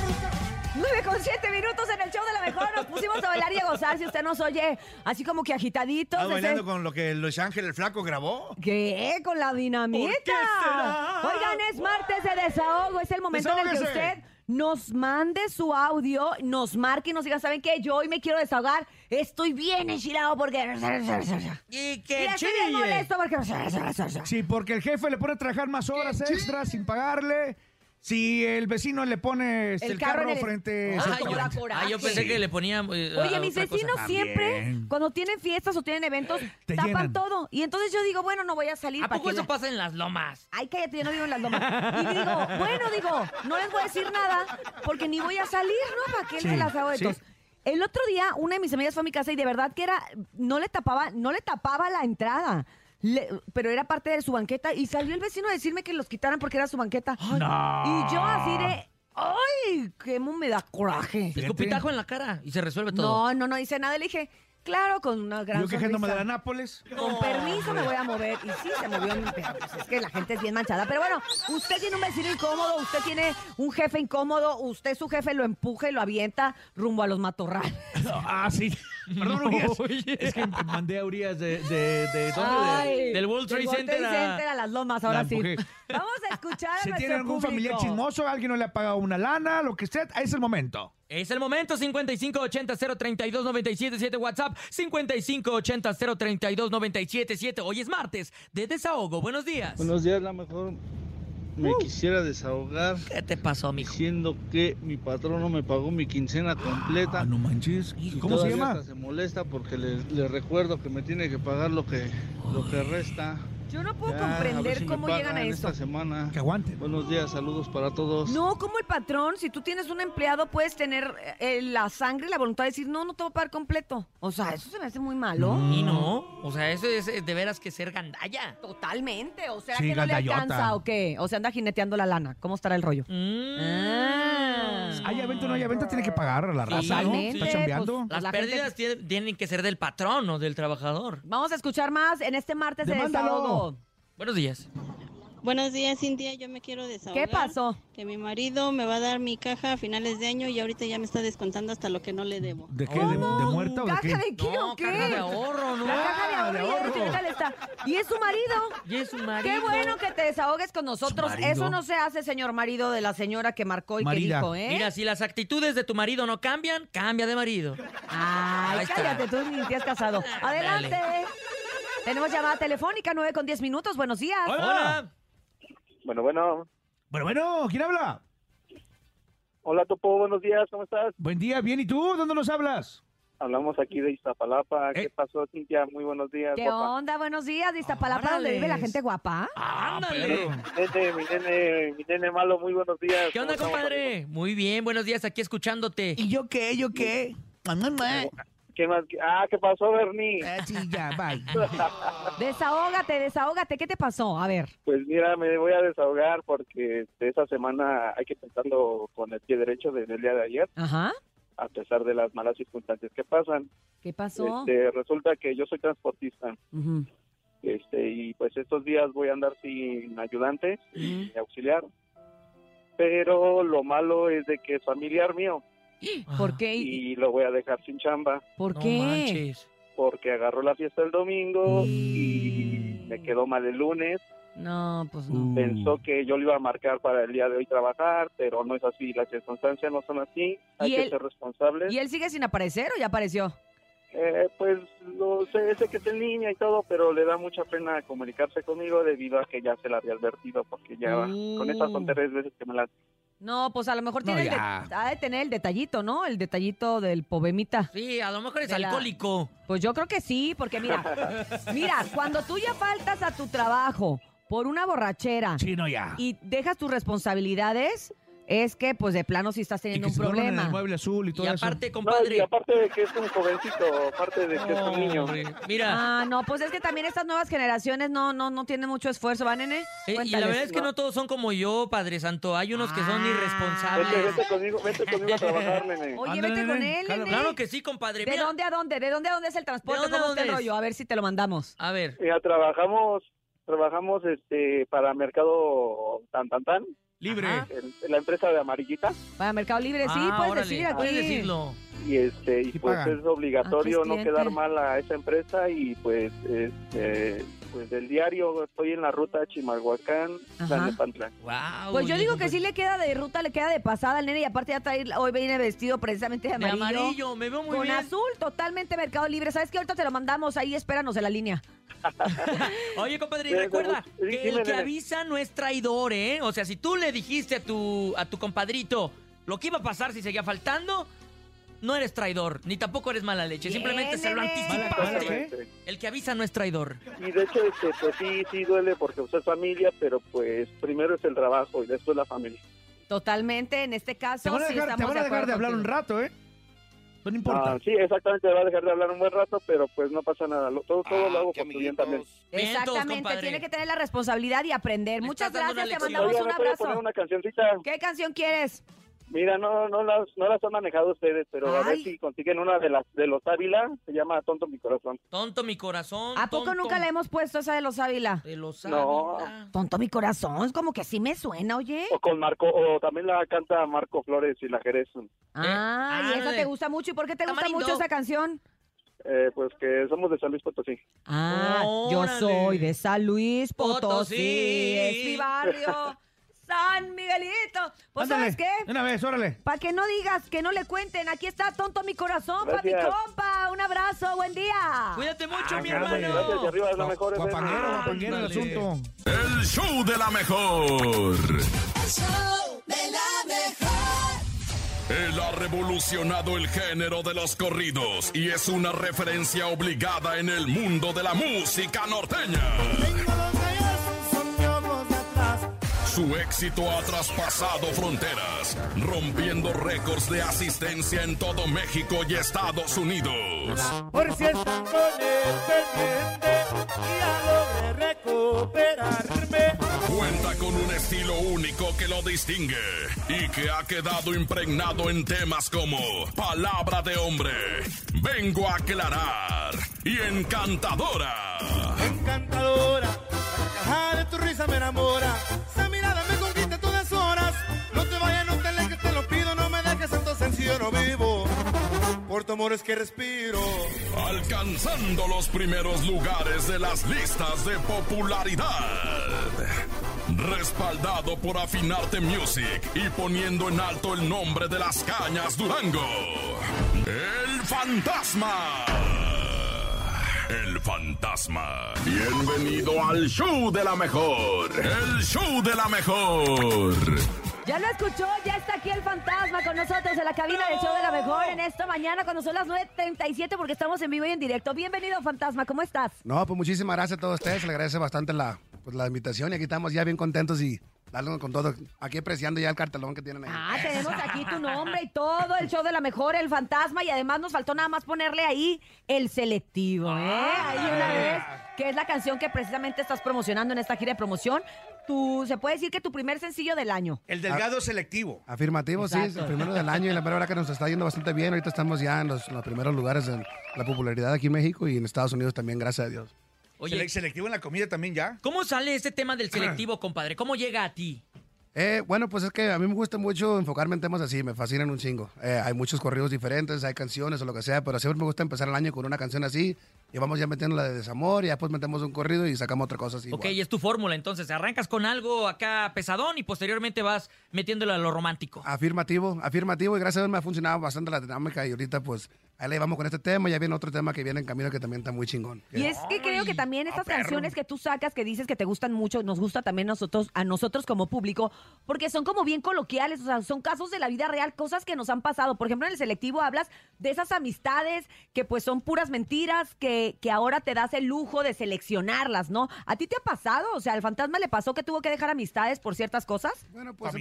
9 con 7 minutos en el show de la mejor. Nos pusimos a bailar y a gozar. Si usted nos oye así como que agitaditos.
¿Estás
ese-
Ah, bailando con lo que Luis Ángel el Flaco grabó?
¿Qué? Con la dinamita.
¿Por qué será?
Oigan, es martes de desahogo. Es el momento en el que
Desahógese.
usted nos mande su audio, nos marque y nos diga, ¿saben qué? Yo hoy me quiero desahogar. Estoy bien enchilado porque...
Y
que Mira, estoy bien chille. molesto porque-
Sí, porque el jefe le pone a trabajar más horas extras sin pagarle. Si el vecino le pone este, el, carro,
en el-
frente...
Ah,
se
yo-
cobra.
coraje.
Ah, yo pensé que le eh, ponían.
Oye, mis vecinos siempre, cuando tienen fiestas o tienen eventos, tapan
llenan.
todo. Y entonces yo digo, bueno, no voy a salir.
¿A
¿para
poco
qué
eso
la-
pasa en las lomas?
Ay, cállate, yo no vivo en las lomas. Y digo, bueno, digo, no les voy a decir nada porque ni voy a salir, ¿no? ¿Para qué
Sí,
les las hago de
sí.
tos? El otro día, una de mis amigas fue a mi casa y de verdad que era, no le tapaba, no le tapaba la entrada. Le- pero era parte de su banqueta y salió el vecino a decirme que los quitaran porque era su banqueta. Y yo así de, ¡ay! ¡Qué mo- me da coraje!
Escupitajo en la cara y se resuelve todo.
No, no, no dice nada. Le dije, claro, con una gran
Yo quejándome de
sonrisa.
la Nápoles.
Con permiso me voy a mover. Y sí, se movió mi perro. Pues Es que la gente es bien manchada. Pero bueno, usted tiene un vecino incómodo, usted tiene un jefe incómodo, usted su jefe lo empuja y lo avienta rumbo a los matorrales.
Ah, sí. Perdón, Urias. Es que mandé a Urias de... de, de ¿dónde?
Ay,
De-
del World Trade Center a-
a las lomas, ahora
La
sí.
empujé.
Vamos a escuchar a
Si
nuestro
tiene algún
público.
familiar chismoso, alguien no le ha pagado una lana, lo que sea, ahí es el momento.
Es el momento, 5580-032-977 WhatsApp, 5580-032-977. Hoy es martes de desahogo. Buenos días.
Buenos días, la mejor. Me quisiera desahogar.
¿Qué te pasó, mijo?
Diciendo que mi patrón no me pagó mi quincena completa. no manches.
Ah, ¿Cómo se llama?
Se molesta porque le, le recuerdo que me tiene que pagar lo que, lo que resta.
Yo no puedo
Ya, a ver
comprender
si me
cómo llegan a
pagan
eso.
Esta semana. Que aguanten. Buenos días, saludos para todos.
No, como el patrón, si tú tienes un empleado, puedes tener eh, la sangre y la voluntad de decir, no, no te voy a pagar completo. O sea, eso se me hace muy malo.
Y no, o sea, eso es eh, de veras que ser gandalla.
Totalmente, o ¿Será
Sí,
que no le
gandallota.
alcanza o qué? O sea, anda jineteando la lana. ¿Cómo estará el rollo?
Mm.
Ah.
Hay evento o no hay evento, tiene que pagar a la
Sí,
raza, ¿no?
totalmente,
pues,
Pues,
Está chambeando.
Las
la gente-
pérdidas tienen- tienen que ser del patrón o del trabajador.
Vamos a escuchar más en este martes de
Demándalo.
desahogo.
Buenos días.
Buenos días, Cintia. Yo me quiero desahogar.
¿Qué pasó?
Que mi marido me va a dar mi caja a finales de año y ahorita ya me está descontando hasta lo que no le debo.
¿De qué? ¿De, de muerta o de qué?
No, caja de ahorro, ¿no?
La caja de
Ah,
ahorro,
de
y el
ahorro.
chinita le está. Y es su marido.
Y es su marido.
Qué bueno que te desahogues con nosotros.
Su marido.
Eso no se hace, señor marido de la señora que marcó y que dijo, ¿eh?
Mira, si las actitudes de tu marido no cambian, cambia de marido.
Ah.
Ay, cállate, tú ni te has casado. Adelante.
Dale.
Tenemos llamada telefónica, 9 con 10 minutos. Buenos días.
Bueno, bueno.
Bueno, bueno, ¿quién habla?
Hola, Topo, buenos días, ¿cómo estás?
Buen día, bien, ¿y tú? ¿Dónde nos hablas? Eh.
Hablamos aquí de Iztapalapa. ¿Qué pasó, Cintia? Muy buenos días.
¿Qué
guapa.
onda? Buenos días. De Iztapalapa, donde vive la gente guapa.
Ah,
Nene, mi nene, mi nene malo, muy buenos días.
¿Qué onda,
¿Cómo estamos,
compadre? Muy bien, buenos días, aquí escuchándote. ¿Y
yo qué? ¿Yo qué?
amigo? ¿Qué más? Ah, ¿qué pasó, Bernie?
Desahógate, desahógate. ¿Qué te pasó? A ver.
Pues mira, me voy a desahogar porque este, esta semana hay que pensarlo con el pie derecho desde el día de ayer,
Ajá.
a pesar de las malas circunstancias que pasan.
¿Qué pasó?
Este, resulta que yo soy transportista
Ujú.
este, y pues estos días voy a andar sin ayudante, sin auxiliar. Pero lo malo es de que es familiar mío
¿Por qué?
y lo voy a dejar sin chamba.
¿Por qué?
Porque agarró la fiesta el domingo
Mm.
y me quedó mal el lunes.
No, pues no.
Pensó que yo le iba a marcar para el día de hoy trabajar, pero no es así. Las circunstancias no son así. Hay
¿Y
que
él-
ser responsables.
¿Y él sigue sin aparecer o ya apareció?
Eh, pues lo sé, sé que está en línea y todo, pero le da mucha pena comunicarse conmigo debido a que ya se la había advertido, porque ya
Mm.
con estas son tres veces que me las...
No, pues a lo mejor tiene el de-
ya.
ha de tener el detallito, ¿no? El detallito del pobemita.
Sí, a lo mejor es
De la-
alcohólico.
Pues yo creo que sí, porque mira, mira, cuando tú ya faltas a tu trabajo por una borrachera
ya.
y dejas tus responsabilidades, es que pues de plano sí estás teniendo un
se duermen
problema.
en el mueble azul y todo eso.
No, y aparte de que es un jovencito, aparte de que es un niño.
Ah, no, pues es que también estas nuevas generaciones no, no, no tienen mucho esfuerzo, ¿va, nene?
Eh, y la
Cuéntales. Ah.
verdad es que no todos son como yo, Padre Santo. Hay unos que son
Vete,
irresponsables.
vete conmigo, vete conmigo a trabajar, nene.
Oye, vete con él, nene.
Claro que sí, compadre.
¿De
Mira,
dónde a dónde? ¿De dónde a dónde es el transporte?
¿De dónde a
¿Cómo está el
dónde es?
rollo? A ver si te lo mandamos.
A ver.
Mira, trabajamos, trabajamos este para Mercado Tan Tan Tan.
Libre.
El- la empresa de Amarillita.
Para Mercado Libre, sí,
Ah,
puedes
órale.
decir aquí.
Puedes decirlo. Y este, y pues
pagan.
es obligatorio
Aquí es
no
cliente.
quedar mal a esa empresa y pues este, pues del diario estoy en la ruta Chimalhuacán, Tlalnepantla.
Wow.
Pues yo digo que sí le queda de ruta, le queda de pasada al nene y aparte ya trae, hoy viene vestido precisamente de
De
amarillo.
amarillo, me veo muy
con
bien.
azul, totalmente Mercado Libre. ¿Sabes qué? Ahorita te lo mandamos, ahí espéranos en la línea.
Oye, compadre, y
Sí,
recuerda
sí,
que
dime,
el que
nene.
avisa no es traidor, ¿eh? O sea, si tú le dijiste a tu, a tu compadrito lo que iba a pasar si seguía faltando, no eres traidor, ni tampoco eres mala leche.
Bien,
Simplemente se lo
nene. ¿eh?
anticipaste. El que avisa no es traidor.
Y de hecho, este, pues sí, sí duele porque usted es familia, pero pues primero es el trabajo y después la familia.
Totalmente, en este caso.
Te van a
sí
dejar, te
estamos
van a dejar
acuerdo
de hablar
contigo.
un rato, ¿eh? No
importa. Ah, sí, exactamente, va a dejar de hablar un buen rato, pero pues no pasa nada. lo- todo todo lo hago por tu bien también.
Exactamente, tiene que tener la responsabilidad y aprender. Muchas
estás dando
gracias, te
una
mandamos
lección.
un
Oiga, ¿me puede poner
abrazo.
una cancioncita?
¿Qué canción quieres?
Mira, no no las, no las han manejado ustedes, pero a ver si consiguen una de las de los Ávila, se llama Tonto mi corazón.
Tonto mi corazón.
¿A poco
tonto
nunca la hemos puesto esa de los Ávila?
De los
No.
Tonto mi corazón, es como que sí me suena, oye.
O con Marco o también la canta Marco Flores y la Jerez.
Ah, y esa te gusta mucho. ¿Y por qué te gusta mucho esa canción?
Eh, pues que somos de San Luis Potosí.
Ah, yo soy de San Luis Potosí,
Potosí.
es mi barrio, San Miguelito. Pues,
Ándale,
¿sabes qué?
Una vez, órale.
Para que no digas, que no le cuenten, aquí está tonto mi corazón, para mi
Gracias.
compa. Un abrazo, buen día.
Cuídate mucho,
mi hermano. Gracias, y arriba es la mejor.
Guapanguero, guapanguero el asunto.
El show de la mejor.
El show de la mejor.
Él ha revolucionado el género de los corridos y es una referencia obligada en el mundo de la música norteña. Su éxito ha traspasado fronteras, rompiendo récords de asistencia en todo México y Estados Unidos.
Por si estoy con el pendiente, ya logré recuperarme.
Cuenta con un estilo único que lo distingue y que ha quedado impregnado en temas como palabra de hombre, vengo a aclarar y encantadora.
Encantadora, la caja de tu risa me enamora. Esa mirada me conquista a todas horas. No te vayas, no te alejes, te lo pido. No me dejes, entonces si yo no vivo. Por tu amor es que respiro.
Alcanzando los primeros lugares de las listas de popularidad. Respaldado por Afinarte Music y poniendo en alto el nombre de las cañas Durango. El fantasma. El fantasma. Bienvenido al show de la mejor. El show de la mejor.
Ya lo escuchó, ya está aquí el fantasma con nosotros en la cabina del show de la mejor en esta mañana cuando son las 9.37 porque estamos en vivo y en directo. Bienvenido, fantasma, ¿cómo estás?
No, pues muchísimas gracias a todos ustedes. Le agradece bastante la, pues, la invitación y aquí estamos ya bien contentos y dándonos con todo. Aquí apreciando ya el cartelón que tienen ahí.
Ah, tenemos aquí tu nombre y todo, el show de la mejor, el fantasma, y además nos faltó nada más ponerle ahí el selectivo, ¿eh? Ahí una vez, que es la canción que precisamente estás promocionando en esta gira de promoción. Tu, se puede decir que tu primer sencillo del año.
El delgado selectivo.
Afirmativo, sí, es el
Exacto.
primero del año y la mera verdad que nos está yendo bastante bien. Ahorita estamos ya en los, los primeros lugares en la popularidad aquí en México y en Estados Unidos también, gracias a Dios.
Oye. selectivo en la comida también ya.
¿Cómo sale este tema del selectivo, compadre? ¿Cómo llega a ti?
Eh, bueno, pues es que a mí me gusta mucho enfocarme en temas así, me fascinan un chingo. Eh, hay muchos corridos diferentes, hay canciones o lo que sea, pero siempre me gusta empezar el año con una canción así y vamos ya metiendo la de desamor y después metemos un corrido y sacamos otra cosa así.
Ok, es tu fórmula, entonces arrancas con algo acá pesadón y posteriormente vas metiéndole a lo romántico.
Afirmativo, afirmativo y gracias a Dios me ha funcionado bastante la dinámica y ahorita pues ahí le vamos con este tema, ya viene otro tema que viene en camino que también está muy chingón.
Y es que creo que también estas canciones que tú sacas, que dices que te gustan mucho, nos gusta también nosotros, a nosotros como público, porque son como bien coloquiales, o sea, son casos de la vida real, cosas que nos han pasado. Por ejemplo, en el selectivo hablas de esas amistades que pues son puras mentiras, que, que ahora te das el lujo de seleccionarlas, ¿no? ¿A ti te ha pasado? O sea, al fantasma le pasó que tuvo que dejar amistades por ciertas cosas.
Bueno, pues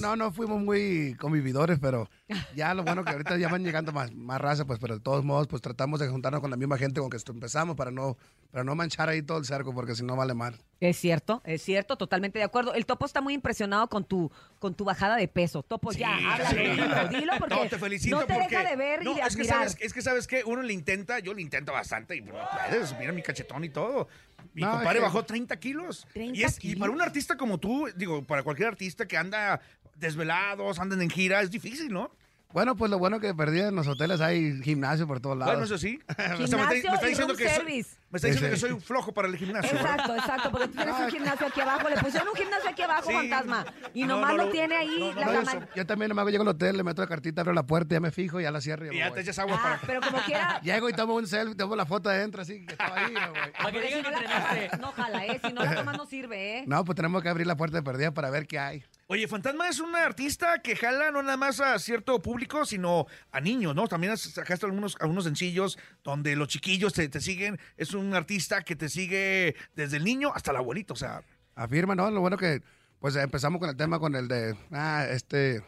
No, no fuimos muy convividores, pero ya lo bueno que ahorita ya van llegando más, más raza, pues, pero de todos modos, pues tratamos de juntarnos con la misma gente con que esto- empezamos para no, para no manchar ahí todo el cerco, porque si no vale mal.
Es cierto, es cierto, totalmente de acuerdo. El topo está muy impresionado con tu, con tu bajada de peso. Topo, ya, habla, dilo, dilo, porque
No, te felicito
no te
porque...
deja de ver
No,
y de
es que,
admirar.
sabes, es que sabes que uno le intenta, yo le intento bastante y no puedes, mira mi cachetón y todo. Mi
No,
compadre
es que-
bajó 30 kilos. y, es, y para un artista como tú, digo, para cualquier artista que anda desvelados, andan en gira, es difícil, ¿no?
Bueno, pues lo bueno que perdí en los hoteles hay gimnasio por todos lados.
Bueno, eso sí. O sea, me está- me,
Gimnasio
está
y
diciendo
room
que soy,
service.
me está diciendo
Sí,
que
sí.
soy un flojo para el gimnasio. ¿verdad?
Exacto, exacto, porque tú tienes un gimnasio aquí abajo, le pusieron un gimnasio aquí abajo,
Sí.
fantasma, y
No,
nomás
no,
lo
no,
tiene ahí la
No, yo,
cama-
so- yo también nomás llego al hotel, le meto la cartita, abro la puerta, ya me fijo, ya la cierro.
Y ya te echas
Ah,
agua para...
Pero como quiera,
Llego y tomo un selfie, tomo la foto adentro, así que estaba ahí, güey.
porque si no, la, no jala, ¿eh? Si no la tomas no sirve, ¿eh?
No, pues tenemos que abrir la puerta de perdida para ver qué hay.
Oye, Fantasma es un artista que jala no nada más a cierto público, sino a niños, ¿no? También has- sacaste algunos, algunos sencillos donde los chiquillos te, te siguen. Es un artista que te sigue desde el niño hasta el abuelito, o sea...
Afirma, ¿no? Lo bueno que, pues empezamos con el tema con el de, ah, este,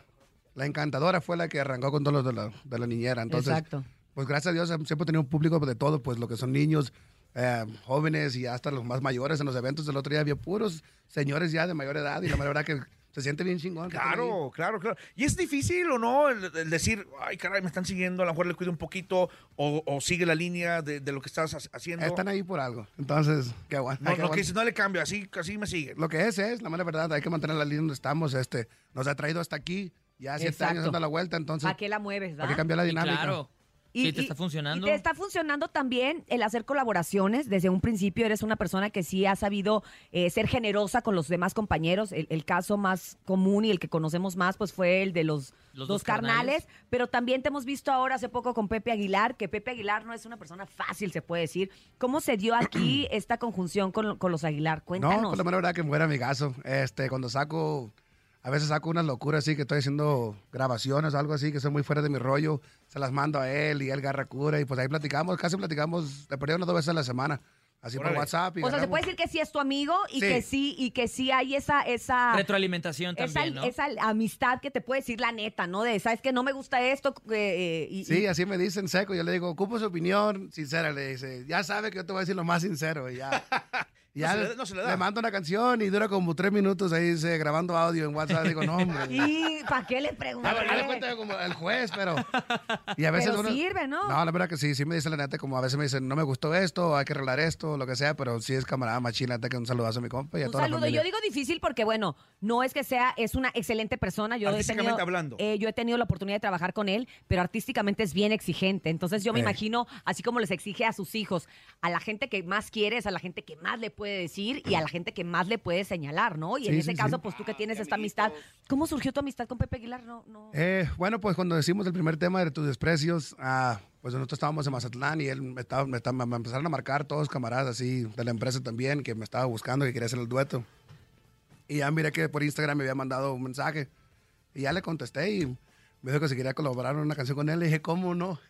la encantadora fue la que arrancó con todos los de la, de la niñera. Entonces,
Exacto.
Pues gracias a Dios siempre he tenido un público de todo, pues lo que son niños, eh, jóvenes y hasta los más mayores en los eventos. El otro día había puros señores ya de mayor edad y la mera verdad que se siente bien chingón. que estén ahí.
Claro, claro, claro. ¿Y es difícil o no el, el decir, ay, caray, me están siguiendo, a lo mejor le cuido un poquito o, o sigue la línea de, de lo que estás ha- haciendo?
Están ahí por algo. Entonces, qué bueno.
No, lo que dices, no le cambio, así, así me siguen.
Lo que es, es, la mera verdad, hay que mantener la línea donde estamos. Este, nos ha traído hasta aquí, ya siete
Exacto.
años dando la vuelta, entonces.
¿Para qué la mueves,
¿Para qué cambiar la
Y
dinámica?
claro.
Sí, te está funcionando.
Y te está funcionando también el hacer colaboraciones. Desde un principio eres una persona que sí ha sabido eh, ser generosa con los demás compañeros. El, el caso más común y el que conocemos más, pues fue el de los,
Los
dos
dos
carnales.
carnales.
Pero también te hemos visto ahora hace poco con Pepe Aguilar, que Pepe Aguilar no es una persona fácil, se puede decir. ¿Cómo se dio aquí esta conjunción con, con los Aguilar? Cuéntanos.
No, pues la mera verdad que muera mi caso. Este, cuando saco, a veces saco unas locuras así que estoy haciendo grabaciones o algo así que son muy fuera de mi rollo. Se las mando a él y él garra cura y pues ahí platicamos, casi platicamos, le perdí unas dos veces a la semana. Así
Órale.
por WhatsApp. Y
O sea, se
agarramos-
puede decir que sí es tu amigo
Sí.
y que sí, y que sí hay esa, esa.
Retroalimentación
esa-
también, ¿no?
esa amistad que te puede decir la neta, ¿no? De, sabes que no me gusta esto. eh, eh, y-
Sí,
y-
así me dicen seco. Yo le digo, ocupo su opinión sincera. Le dice, ya sabe que yo te voy a decir lo más sincero. Y ya. Y
No
ya
se le
le,
da- no se le da.
mando una canción y dura como tres minutos ahí dice, grabando audio en WhatsApp. Digo, no, hombre.
¿Y para qué le preguntas?
Ah, vale, cuenta como el juez, pero. Y a veces
Pero
uno-
sirve, ¿no?
No, la verdad que sí, sí me dice la neta, como a veces me dicen, no me gustó esto, hay que arreglar esto, lo que sea, pero sí es camarada machina, neta, que un saludazo a mi compa y a
Un
toda la
saludo.
familia.
Yo digo difícil porque, bueno, no es que sea, es una excelente persona. Yo he
Artísticamente
tenido,
hablando.
eh, yo he tenido la oportunidad de trabajar con él, pero artísticamente es bien exigente. Entonces yo me
Eh.
imagino, así como les exige a sus hijos, a la gente que más quieres, a la gente que más le puede decir y a la gente que más le puede señalar, ¿no? Y en
Sí,
ese
sí,
caso,
sí.
pues tú que tienes esta amistad. ¿Cómo surgió tu amistad con Pepe Aguilar? No, no.
Eh, bueno, pues cuando decimos el primer tema de tus desprecios, ah, pues nosotros estábamos en Mazatlán y él me, estaba, me, estaba- me empezaron a marcar todos camaradas así de la empresa también que me estaba buscando, que quería hacer el dueto. Y ya miré que por Instagram me había mandado un mensaje y ya le contesté y me dijo que si quería colaborar en una canción con él. Le dije, ¿cómo no?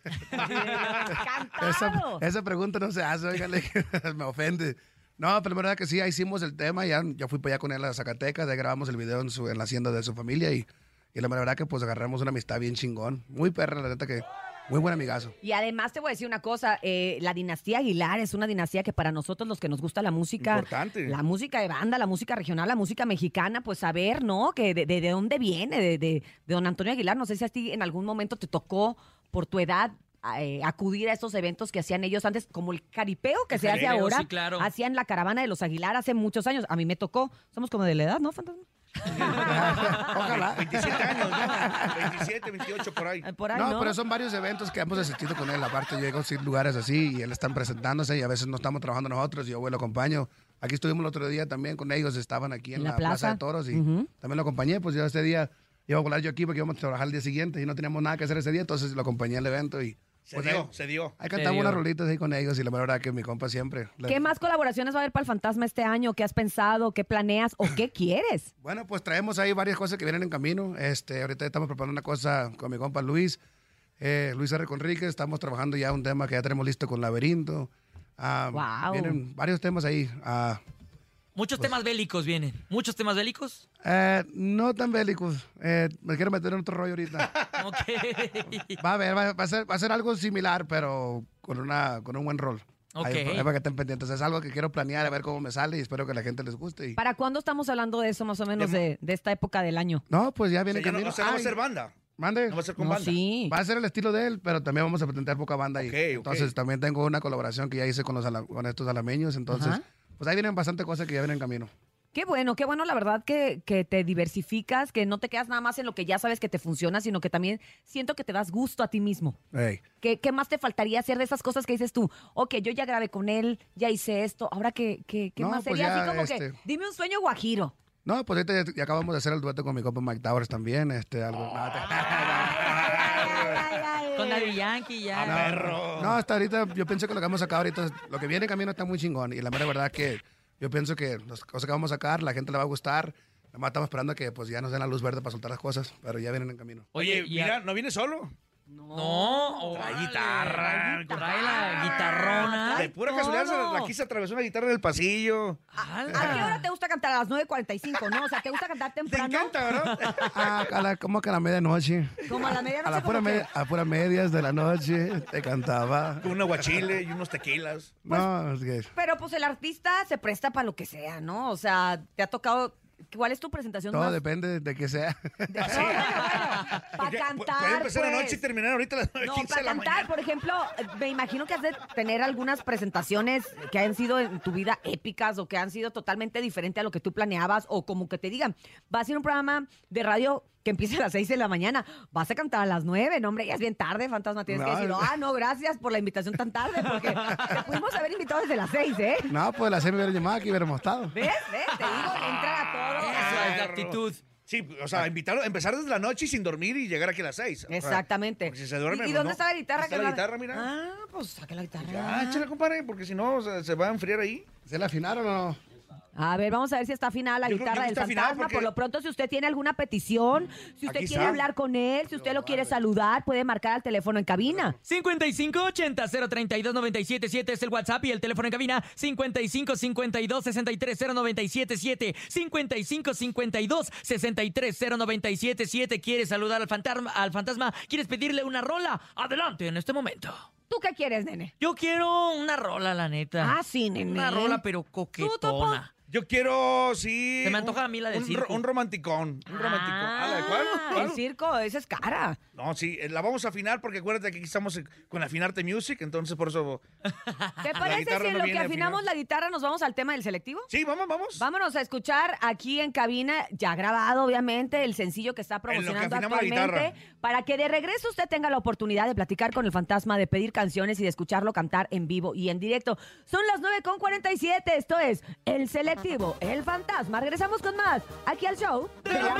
esa, esa pregunta no se hace, oiga, le dije, me ofende. No, pero la verdad que sí, ahí hicimos el tema, ya, ya fui para allá con él a Zacatecas, ahí grabamos el video en, su- en la hacienda de su familia y, y la verdad que pues agarramos una amistad bien chingón. Muy perra, la neta que muy buen amigazo.
Y además te voy a decir una cosa, eh, la dinastía Aguilar es una dinastía que para nosotros los que nos gusta la música,
Importante.
la música de banda, la música regional, la música mexicana, pues saber, ¿no? Que de, de- de dónde viene, de, de- de don Antonio Aguilar, no sé si a ti en algún momento te tocó por tu edad. eh, acudir a estos eventos que hacían ellos antes, como el caripeo que
El
se hace
caripeo,
ahora,
sí, claro.
hacían la caravana de los Aguilar hace muchos años, a mí me tocó, somos como de la edad, ¿no, Fantasma? Ah.
Ojalá.
27 años, ¿no? 27, 28 por ahí.
Eh, Por ahí,
no,
¿no?
pero son varios eventos que hemos asistido con él. Aparte, yo llego a lugares así y él están presentándose y a veces no estamos trabajando nosotros. Yo voy, lo acompaño. Aquí estuvimos el otro día también con ellos, estaban aquí en,
En la
la, plaza.
plaza.
de Toros y
Ujú.
también lo acompañé. Pues yo este día iba a volar yo aquí porque íbamos a trabajar el día siguiente y no teníamos nada que hacer ese día, entonces lo acompañé al evento y.
Se
pues,
dio,
ahí-
se dio.
Ahí cantamos unas rolitas ahí con ellos y la verdad que mi compa siempre. le-
¿Qué más colaboraciones va a haber para el Fantasma este año? ¿Qué has pensado? ¿Qué planeas? ¿O qué quieres?
Bueno, pues traemos ahí varias cosas que vienen en camino. Este, ahorita estamos preparando una cosa con mi compa Luis, eh, Luis R. Conríquez. Estamos trabajando ya un tema que ya tenemos listo con Laberinto. Ah,
Guau.
Vienen varios temas ahí. Ah,
Muchos
Pues
temas bélicos vienen. Muchos temas bélicos.
eh, no tan bélicos. Eh, me quiero meter en otro rollo ahorita. Va a ver, va, va a ser, va a ser algo similar, pero con, una, con un buen rol. Ahí,
Ok.
ahí para que estén pendientes. Es algo que quiero planear, a ver cómo me sale y espero que a la gente les guste. y-
¿Para cuándo estamos hablando de eso más o menos de, de esta época del año?
No, pues ya viene
O sea, ya no-
camino.
o sea, no va a
Ay.
ser banda.
Mande.
No va a ser con No, banda. sí.
Va a ser el estilo de él, pero también vamos a presentar poca banda ahí. Entonces también tengo una colaboración que ya hice con los ala- con estos alameños, entonces
Ajá.
pues ahí vienen bastante cosas que ya vienen en camino.
Qué bueno, qué bueno, la verdad, que, que te diversificas, que no te quedas nada más en lo que ya sabes que te funciona, sino que también siento que te das gusto a ti mismo. ¿Qué, qué más te faltaría hacer de esas cosas que dices tú? Ok, yo ya grabé con él, ya hice esto, ahora qué, qué, qué
No,
más
pues
sería
ya,
así como que,
este-
dime un sueño guajiro.
No, pues ahorita ya, ya acabamos de hacer el dueto con mi compa Mike Towers también, este algo. no, te-
Ah.
Con Daddy Yankee
Ah,
ya.
Ah,
No, hasta ahorita yo pienso que lo que vamos a sacar ahorita, lo que viene en camino está muy chingón y la mera verdad que yo pienso que las cosas que vamos a sacar, la gente le va a gustar. Nada más estamos esperando que pues ya nos den la luz verde para soltar las cosas, pero ya vienen en camino.
Oye, mira, ¿no viene solo?
No, trae guitarra, trae la
Ah,
guitarrona.
De pura casualidad se la- la quise atravesar una guitarra en el pasillo.
¿A qué hora te gusta cantar? A las 9.45, ¿no? O sea, ¿te gusta cantar temprano? Te encanta,
¿verdad?
Ah, a la- como que a la medianoche.
Como a la
A
medianoche.
las puras
como que-
media- a puras medias de la noche te cantaba.
Con un aguachile y unos tequilas.
No, es que-
Pero pues el artista se presta para lo que sea, ¿no? O sea, te ha tocado. ¿Cuál es tu presentación
todo
más?
depende de que sea.
Para cantar.
Ah, Puede empezar la
pues.
noche y terminar ahorita a las
No,
9.15 de
para
la mañana.
cantar, por ejemplo, me imagino que has de tener algunas presentaciones que han sido en tu vida épicas o que han sido totalmente diferentes a lo que tú planeabas o como que te digan, vas a ir a un programa de radio que empieza a las 6 de la mañana, vas a cantar a las 9, no hombre, ya es bien tarde, fantasma, tienes que
No,
decir,
no.
ah, no, gracias por la invitación tan tarde, porque te pudimos haber invitado desde las 6, ¿eh?
No, pues la serie me hubiera llamado aquí hubiéramos estado.
¿Ves? ¿Ves? Te digo, le entra a todo.
es la actitud. Ah, Sí, o sea, invitarlo, empezar desde la noche y sin dormir y llegar aquí a las 6.
Exactamente.
Si se duerme,
¿Y, y
pues
dónde
no.
está la guitarra?
Está
que
la
no-
guitarra, mira. Ah,
Ah, pues saca la guitarra.
Ya, échale, compadre, porque si no o sea, se va a enfriar ahí.
¿Se la afinaron o no?
A ver, vamos a ver si está afinada la
Yo creo-
guitarra
yo creo que está
del
afinada
fantasma. Por
porque-
lo pronto, si usted tiene alguna petición, si usted
Aquí
quiere
está.
hablar con él, si usted lo quiere saludar, puede marcar al teléfono en cabina.
5580-032-977 es el WhatsApp y el teléfono en cabina 5552-630977. 5552-630977. ¿Quieres saludar al fantasma, al fantasma? ¿Quieres pedirle una rola? Adelante en este momento.
¿Tú qué quieres, nene?
Yo quiero una rola, la neta.
Ah, sí, nene.
Una rola, pero coquetona.
Yo quiero, sí.
Se me antoja a mí la del
un,
circo.
ro- un romanticón. Un romanticón. Ah, ¿la de cuál?
el circo, esa es cara.
No, sí, eh, la vamos a afinar porque acuérdate que aquí estamos eh, con Afinarte Music, entonces por eso.
¿Te
La
parece
guitarra
si en
no
lo que
viene
afinamos
afinada.
la guitarra nos vamos al tema del selectivo?
Sí, vamos, vamos.
Vámonos a escuchar aquí en cabina, ya grabado obviamente, el sencillo que está promocionando
afinamos la
actualmente,
guitarra.
para que de regreso usted tenga la oportunidad de platicar con el fantasma, de pedir canciones y de escucharlo cantar en vivo y en directo. Son las 9.47, esto es El Selectivo, El Fantasma. Regresamos con más, aquí al show de la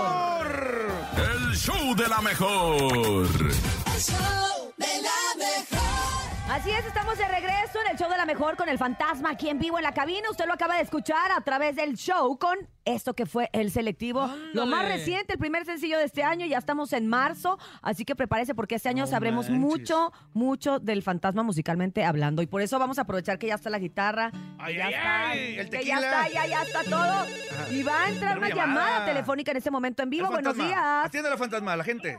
mejor.
El show de la
El
mejor.
show de la mejor.
Así es, estamos de regreso en el show de la mejor con el fantasma aquí en vivo en la cabina. Usted lo acaba de escuchar a través del show con esto que fue el selectivo. Lo más reciente, el primer sencillo de este año. Ya estamos en marzo, así que prepárese porque este año sabremos mucho, mucho del fantasma musicalmente hablando. Y por eso vamos a aprovechar que ya está la guitarra, que ya está,
ay, el
que
tequila.
ya está, ya, ya está todo. Y va a entrar
Una
una llamada.
llamada.
telefónica en este momento en vivo. Buenos
Fantasma,
Ah.
días.
Atiende a la fantasma, la gente.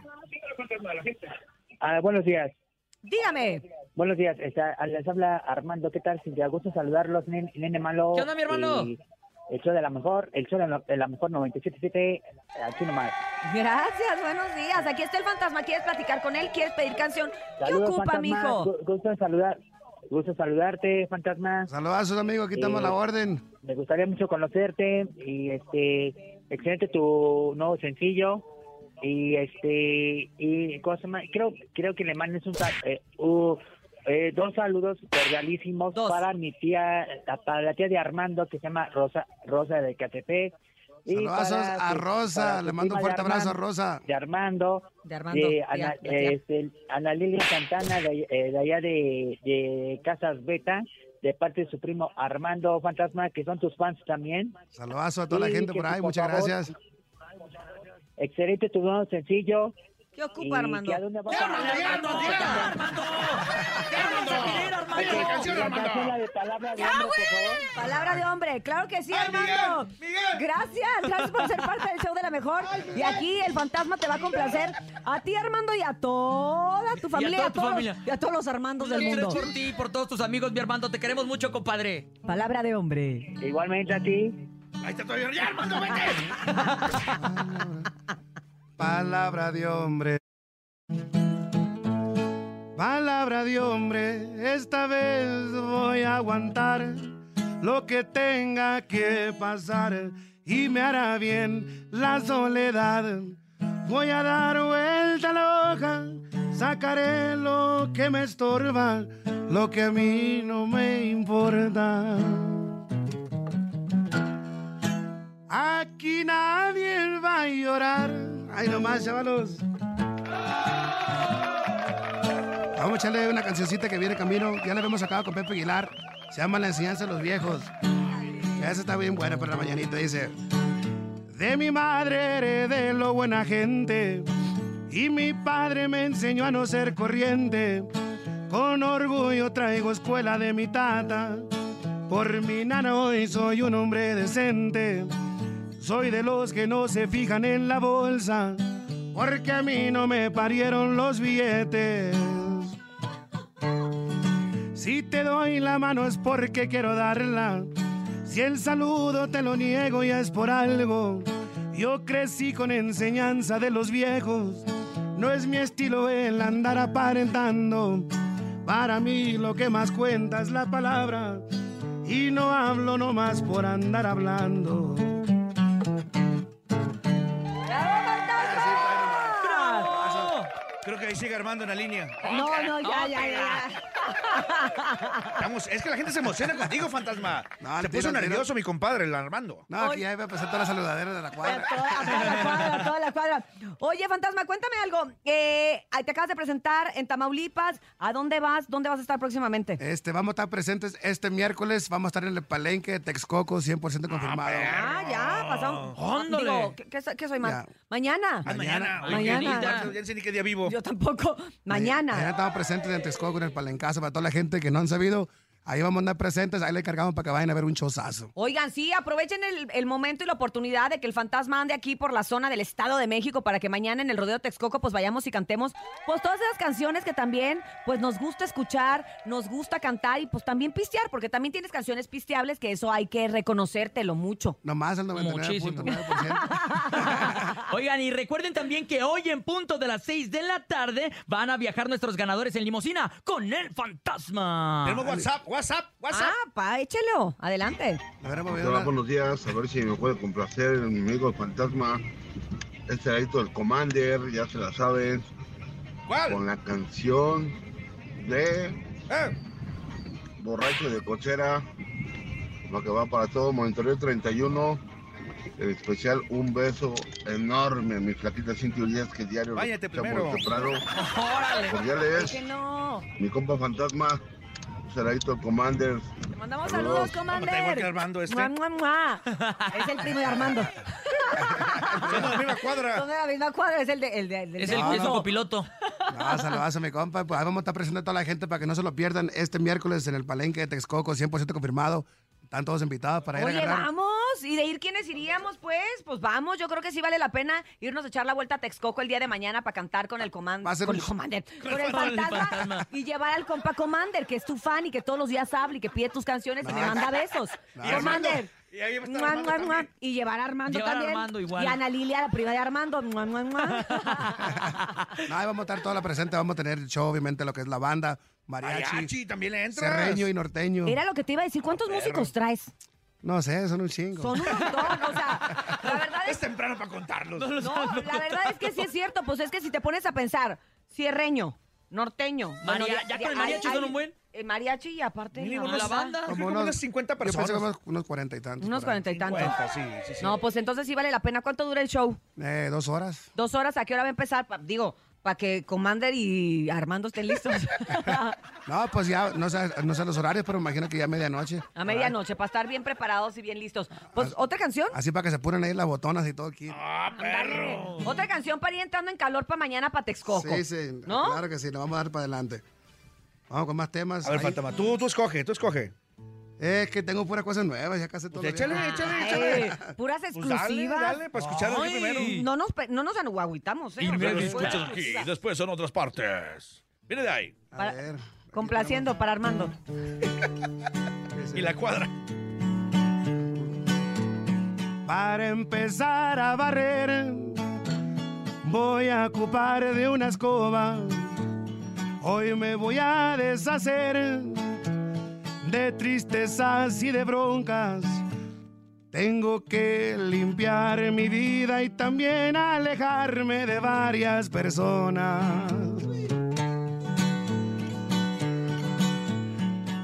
Ah, buenos días.
Dígame.
Buenos días. Está- les habla Armando. ¿Qué tal? Cintia, gusto saludarlos, nene, nene malo.
¿Qué onda, mi hermano?
Y El show de la mejor, el show de la, de la mejor 97.7, aquí nomás.
Gracias, buenos días. Aquí está el fantasma. ¿Quieres platicar con él? ¿Quieres pedir canción? ¿Qué ocupa,
fantasma.
mijo?
Gu- Gusto en saludar. Gusto en saludarte, fantasma. Eh,
Saludazos, amigo. Aquí estamos a la orden.
Me gustaría mucho conocerte y este excelente tu nuevo sencillo y este y ¿cómo se llama? creo creo que le mandes un sal- eh, u- eh, dos saludos cordialísimos para mi tía para la tía de Armando que se llama Rosa Rosa de Catepec y
Saludazos
para
a
su-
Rosa.
para su
Le mando un
prima de
fuerte abrazo a
Armando-
Rosa.
de Armando
De
de Ana, este, Ana Lilia Santana de, eh, de allá de, de Casas Beta, de parte de su primo Armando Fantasma, que son tus fans también.
Saludazo a toda
Y
la gente
que
por
si,
ahí.
por
Muchas
favor,
gracias.
Excelente tu nuevo sencillo.
¿Qué
Eh, Y
ocupa, Armando?
que a dónde va-
Armando!
La canción, la de palabra de hombre, por favor.
Palabra de hombre, claro que sí, Armando. Gracias, gracias por ser parte del show de la mejor. y aquí el fantasma te va a complacer a ti, Armando, y a toda tu familia, y
toda
a,
tu
todos,
familia.
y a todos los Armandos del
Tres
mundo.
por ti y por todos tus amigos, mi hermano. Te queremos mucho, compadre.
Palabra de hombre.
Igualmente a ti.
Ahí está todavía. ¡Ya, Armando, vete!
Palabra de hombre. Palabra de hombre, esta vez voy a aguantar lo que tenga que pasar y me hará bien la soledad. Voy a dar vuelta a la hoja, sacaré lo que me estorba, lo que a mí no me importa. Aquí nadie va a llorar. Ay, nomás, chavalos. Vamos a echarle una cancioncita que viene camino. Ya la habíamos sacado con Pepe Aguilar. Se llama La enseñanza de los viejos. Esa está bien buena para la mañanita, dice. De mi madre heredé lo buena gente. Y mi padre me enseñó a no ser corriente. Con orgullo traigo escuela de mi tata. Por mi nana hoy soy un hombre decente. Soy de los que no se fijan en la bolsa, porque a mí no me parieron los billetes. Si te doy la mano es porque quiero darla. Si el saludo te lo niego ya es por algo. Yo crecí con enseñanza de los viejos. No es mi estilo el andar aparentando. Para mí lo que más cuenta es la palabra. Y no hablo nomás por andar hablando.
¡Oh!
Creo que ahí sigue Armando en la línea.
No, no, ya, ya, ya. ya.
Estamos- es que la gente se emociona contigo, fantasma. se
mentiras,
puso
mentiras.
nervioso mi compadre, el Armando.
No, aquí ya iba a empezar toda la saludadera de la cuadra.
la cuadra, toda la cuadra. Oye, Fantasma, cuéntame algo. Eh, ay, te acabas de presentar en Tamaulipas. ¿A dónde vas? ¿Dónde vas a estar próximamente?
Este, vamos a estar presentes este miércoles. Vamos a estar en el palenque de Texcoco, 100% confirmado.
Ah, ya, pasaron. Ah,
Ándale.
Digo, ¿qué, qué so- qué soy más? Mañana.
Mañana.
Oye,
Mañana.
Dianita, Ya sé ni qué día vivo.
Yo tampoco. Mañana.
Mañana estamos presentes en Texcoco, en el Palencazo, para toda la gente que no han sabido. Ahí vamos a andar presentes, ahí le cargamos para que vayan a ver un chozazo.
Oigan, sí, aprovechen el, el momento y la oportunidad de que el fantasma ande aquí por la zona del Estado de México para que mañana en el Rodeo Texcoco pues vayamos y cantemos pues todas esas canciones que también pues nos gusta escuchar, nos gusta cantar y pues también pistear, porque también tienes canciones pisteables que eso hay que reconocértelo mucho.
Nomás el
Muchísimo. Oigan, y recuerden también que hoy en punto de las 6 de la tarde van a viajar nuestros ganadores en limusina con el fantasma.
Tenemos WhatsApp,
WhatsApp,
Ah, pa, échelo, adelante.
Hola, buenos días. A ver si me puede complacer mi amigo el fantasma. Este ladito del Commander, ya se la saben.
¿Cuál?
Con la canción de
Eh.
Borracho de Cochera. Lo que va para todo, Monitoreo 31. El especial, un beso enorme, mi flaquita Cintia Urias, que diario lo
Váyate
escuchamos
primero.
temprano.
Órale.
Cordiales.
Ay, que no.
Mi compa fantasma, Ceradito el Commander.
Te Mandamos
Saludos.
saludos,
Está igual
Commander.
que Armando este.
Mua, mua, mua. Es el primo de Armando.
Son de la misma
Son de la misma cuadra, es el de... El de- del de-
Ah, No, no.
copiloto.
No, saludazo, mi compa. Pues ahí vamos a estar presentes a toda la gente para que no se lo pierdan este miércoles en el palenque de Texcoco, 100% confirmado. Están todos invitados para ir a
Oye,
agarrar.
vamos. ¿Y de ir quiénes iríamos, pues? Pues vamos. Yo creo que sí vale la pena irnos a echar la vuelta a Texcoco el día de mañana para cantar con el comando.
Va a ser
Con
un-
el Commander.
Con
Con el
el
fantasma.
fantasma.
Y llevar al compa Commander, que es tu fan y que todos los días habla y que pide tus canciones
No.
y me manda besos.
No.
Commander.
Y ahí va a estar
Mua,
Armando
mua, mua.
también.
Y llevar a Armando
Llevar a
también.
Armando igual.
Y a Ana Lilia, la prima de Armando. Mua, mua, mua.
No, ahí vamos a estar toda la presente. Vamos a tener el show, obviamente, lo que es la banda, mariachi,
Mariachi, también le entras.
serreño y norteño.
Era lo que te iba a decir. ¿Cuántos músicos traes?
No sé, son un chingo.
Son un montón, o sea, la verdad es...
temprano para contarlos.
No, la verdad es que sí es cierto, pues es que si te pones a pensar, sierreño, norteño,
Maria-
bueno,
Ah, ya con el mariachi son un buen.
eh, mariachi y aparte
Mínimo
no,
la
está.
banda.
Como
unas 50 personas.
Yo pensé que unos cuarenta y tantos.
Unos
por ahí.
cuarenta y tantos. No, pues entonces sí vale la pena. ¿Cuánto dura el show?
Eh, dos horas.
Dos horas, ¿a qué hora va a empezar? Pa- digo, para que Commander y Armando estén listos.
No, pues ya, no sé, no sé los horarios, pero me imagino que ya medianoche.
a medianoche, para estar bien preparados y bien listos.
Ah.
Pues otra canción.
Así para que se apuren ahí las botonas y todo aquí.
Ah,
Otra canción para ir entrando en calor para mañana para Texcoco.
Ah. Sí, sí,
¿No?
claro que sí, nos vamos a dar para adelante. Vamos con más temas.
A ver,
Ahí-
Fantasma, tú, tú escoge, tú escoge. Pues
Es que tengo puras cosas nuevas, ya casi todo.
échale,
Ay, Puras
Pues dale,
exclusivas.
dale, para escucharlo aquí
Ay,
primero.
No nos, pe- no nos anuaguitamos, ¿eh?
Y
O sea,
primero
fue
escuchas
exclusiva.
aquí, después en otras partes. Viene de ahí.
Para- Complaciendo para Armando.
Y la cuadra.
Para empezar a barrer, voy a ocupar de una escoba. Hoy me voy a deshacer de tristezas y de broncas. Tengo que limpiar mi vida y también alejarme de varias personas.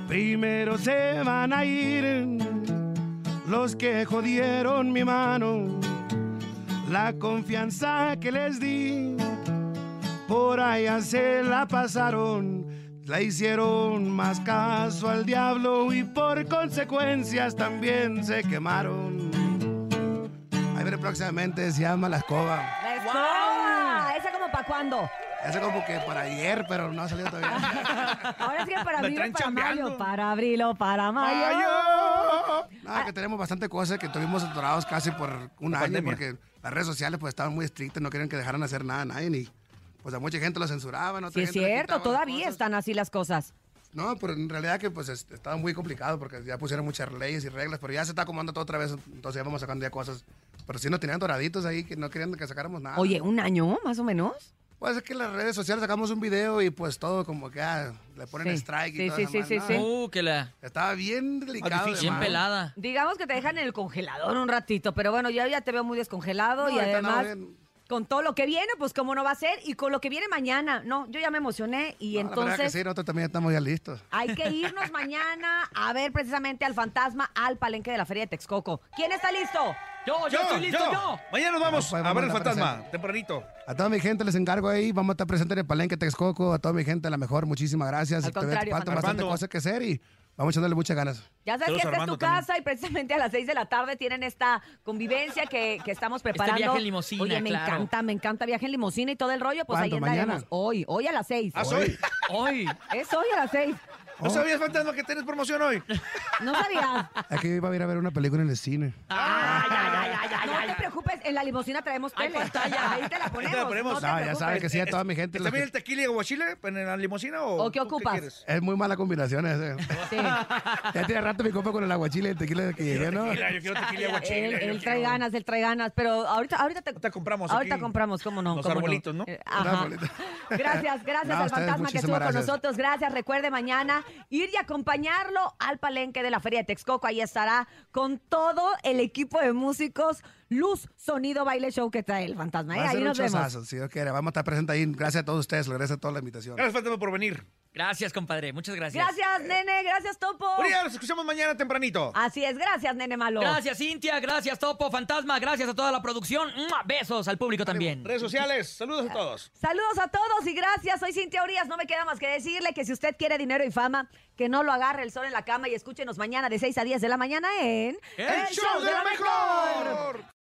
Primero se van a ir los que jodieron mi mano, la confianza que les di, por allá se la pasaron, la hicieron más caso al diablo y por consecuencias también se quemaron.
Ahí viene próximamente, se llama La Escoba.
¡La escoba! ¿Esa como para cuándo?
Ese como que para ayer, pero no ha salido todavía.
Ahora sí que para
Me
abril
traen
o para mayo.
chambeando.
Para abril o para mayo.
Nada, que tenemos bastante cosas que tuvimos atorados casi por un
La
año
pandemia.
porque las redes sociales pues estaban muy estrictas, no querían que dejaran hacer nada a nadie ni... Pues a mucha gente lo censuraban, otra
Sí, es
gente le
cierto,
quitaban
todavía están así las cosas.
No, pero en realidad que pues es- estaba muy complicado porque ya pusieron muchas leyes y reglas, pero ya se está acomodando todo otra vez, entonces ya vamos sacando ya cosas. Pero sí nos tenían doraditos ahí que no querían que sacáramos nada.
Oye, ¿un año más o menos?
Pues es que en las redes sociales sacamos un video y pues todo como que ah, le ponen
Sí,
strike y
sí,
todo
sí,
esa
sí,
madre.
sí, sí.
No,
Uh,
que la...
Estaba bien delicado. de
Bien
mano.
pelada.
Digamos que te dejan en el congelador un ratito, pero bueno, ya, ya te veo muy descongelado
No,
y
ahorita no,
además...
bien.
Con todo lo que viene, pues cómo no va a ser. Y con lo que viene mañana. No, yo ya me emocioné y
No, la verdad Ah, que
entonces...
sí, nosotros también estamos ya listos.
Hay que irnos mañana a ver precisamente al fantasma, al palenque de la Feria de Texcoco. ¿Quién está listo? Oh,
Yo,
Mañana nos vamos
Pues,
a ver
vamos a
el
la
fantasma,
presente.
tempranito.
A toda mi gente les encargo ahí, vamos a estar presentes en el Palenque Texcoco, a toda mi gente, la mejor, muchísimas gracias.
Al
Todavía
contrario,
faltan
Armando.
bastante cosas que hacer y vamos echándole muchas ganas.
Ya
Saludos
sabes que
a
esta es tu
Armando también.
casa y precisamente a las 6 de la tarde tienen esta convivencia que, que estamos preparando.
Este viaje en limusina,
Oye, me
claro.
encanta, me encanta viaje en limusina y todo el rollo. Pues ahí
¿Cuándo? ¿Mañana?
andaremos. Hoy, hoy a las 6.
Ah, soy.
Hoy.
Es hoy a las 6.
¿No sabías, fantasma, que tienes promoción hoy?
No sabía.
Es que yo iba a ir a ver una película en el cine.
no te preocupes, en la limusina traemos tele. Ahí te la
Ahí
ponemos.
te la ponemos.
no
No,
te
Ah, ya saben que sí, a
Eh,
toda mi gente.
¿Está
los
bien
que-
el tequila y guachile en la limusina o,
¿O qué
tú
ocupas?
quieres?
Es muy mala combinación esa. Ya tiene rato mi copa con el aguachile y el tequila que llegué, ¿no?
tequila, yo quiero tequila y
Él,
guachile.
él trae ganas, él trae ganas, pero ahorita, ahorita te,
compramos.
Ahorita
aquí
compramos, cómo no.
los
cómo no.
arbolitos, ¿no?
Eh, ajá. Gracias, gracias
No, a
al
ustedes,
fantasma que
muchísimas
estuvo con
gracias.
nosotros. Gracias. Recuerde mañana ir y acompañarlo al palenque de la Feria de Texcoco. Ahí estará con todo el equipo de músicos, luz, sonido, baile, show que trae el fantasma. ¿eh?
Va a
Ahí
ser un
nos vemos.
chozazo, si Dios quiere. Vamos a estar presentes ahí. Gracias a todos ustedes. Les Gracias a toda la invitación.
Gracias, fantasma, por venir.
Gracias, compadre. Muchas gracias.
Gracias, nene. Gracias, Topo.
Uriel, nos escuchamos mañana tempranito.
Así es. Gracias, nene malo.
Gracias, Cintia. Gracias, Topo. Fantasma. Gracias a toda la producción. ¡Mua! Besos al público también.
Redes sociales. Saludos a todos.
Saludos a todos y gracias. Soy Cintia Urias. No me queda más que decirle que si usted quiere dinero y fama, que no lo agarre el sol en la cama y escúchenos mañana de 6 a 10 de la mañana en
El Show de la Mejor.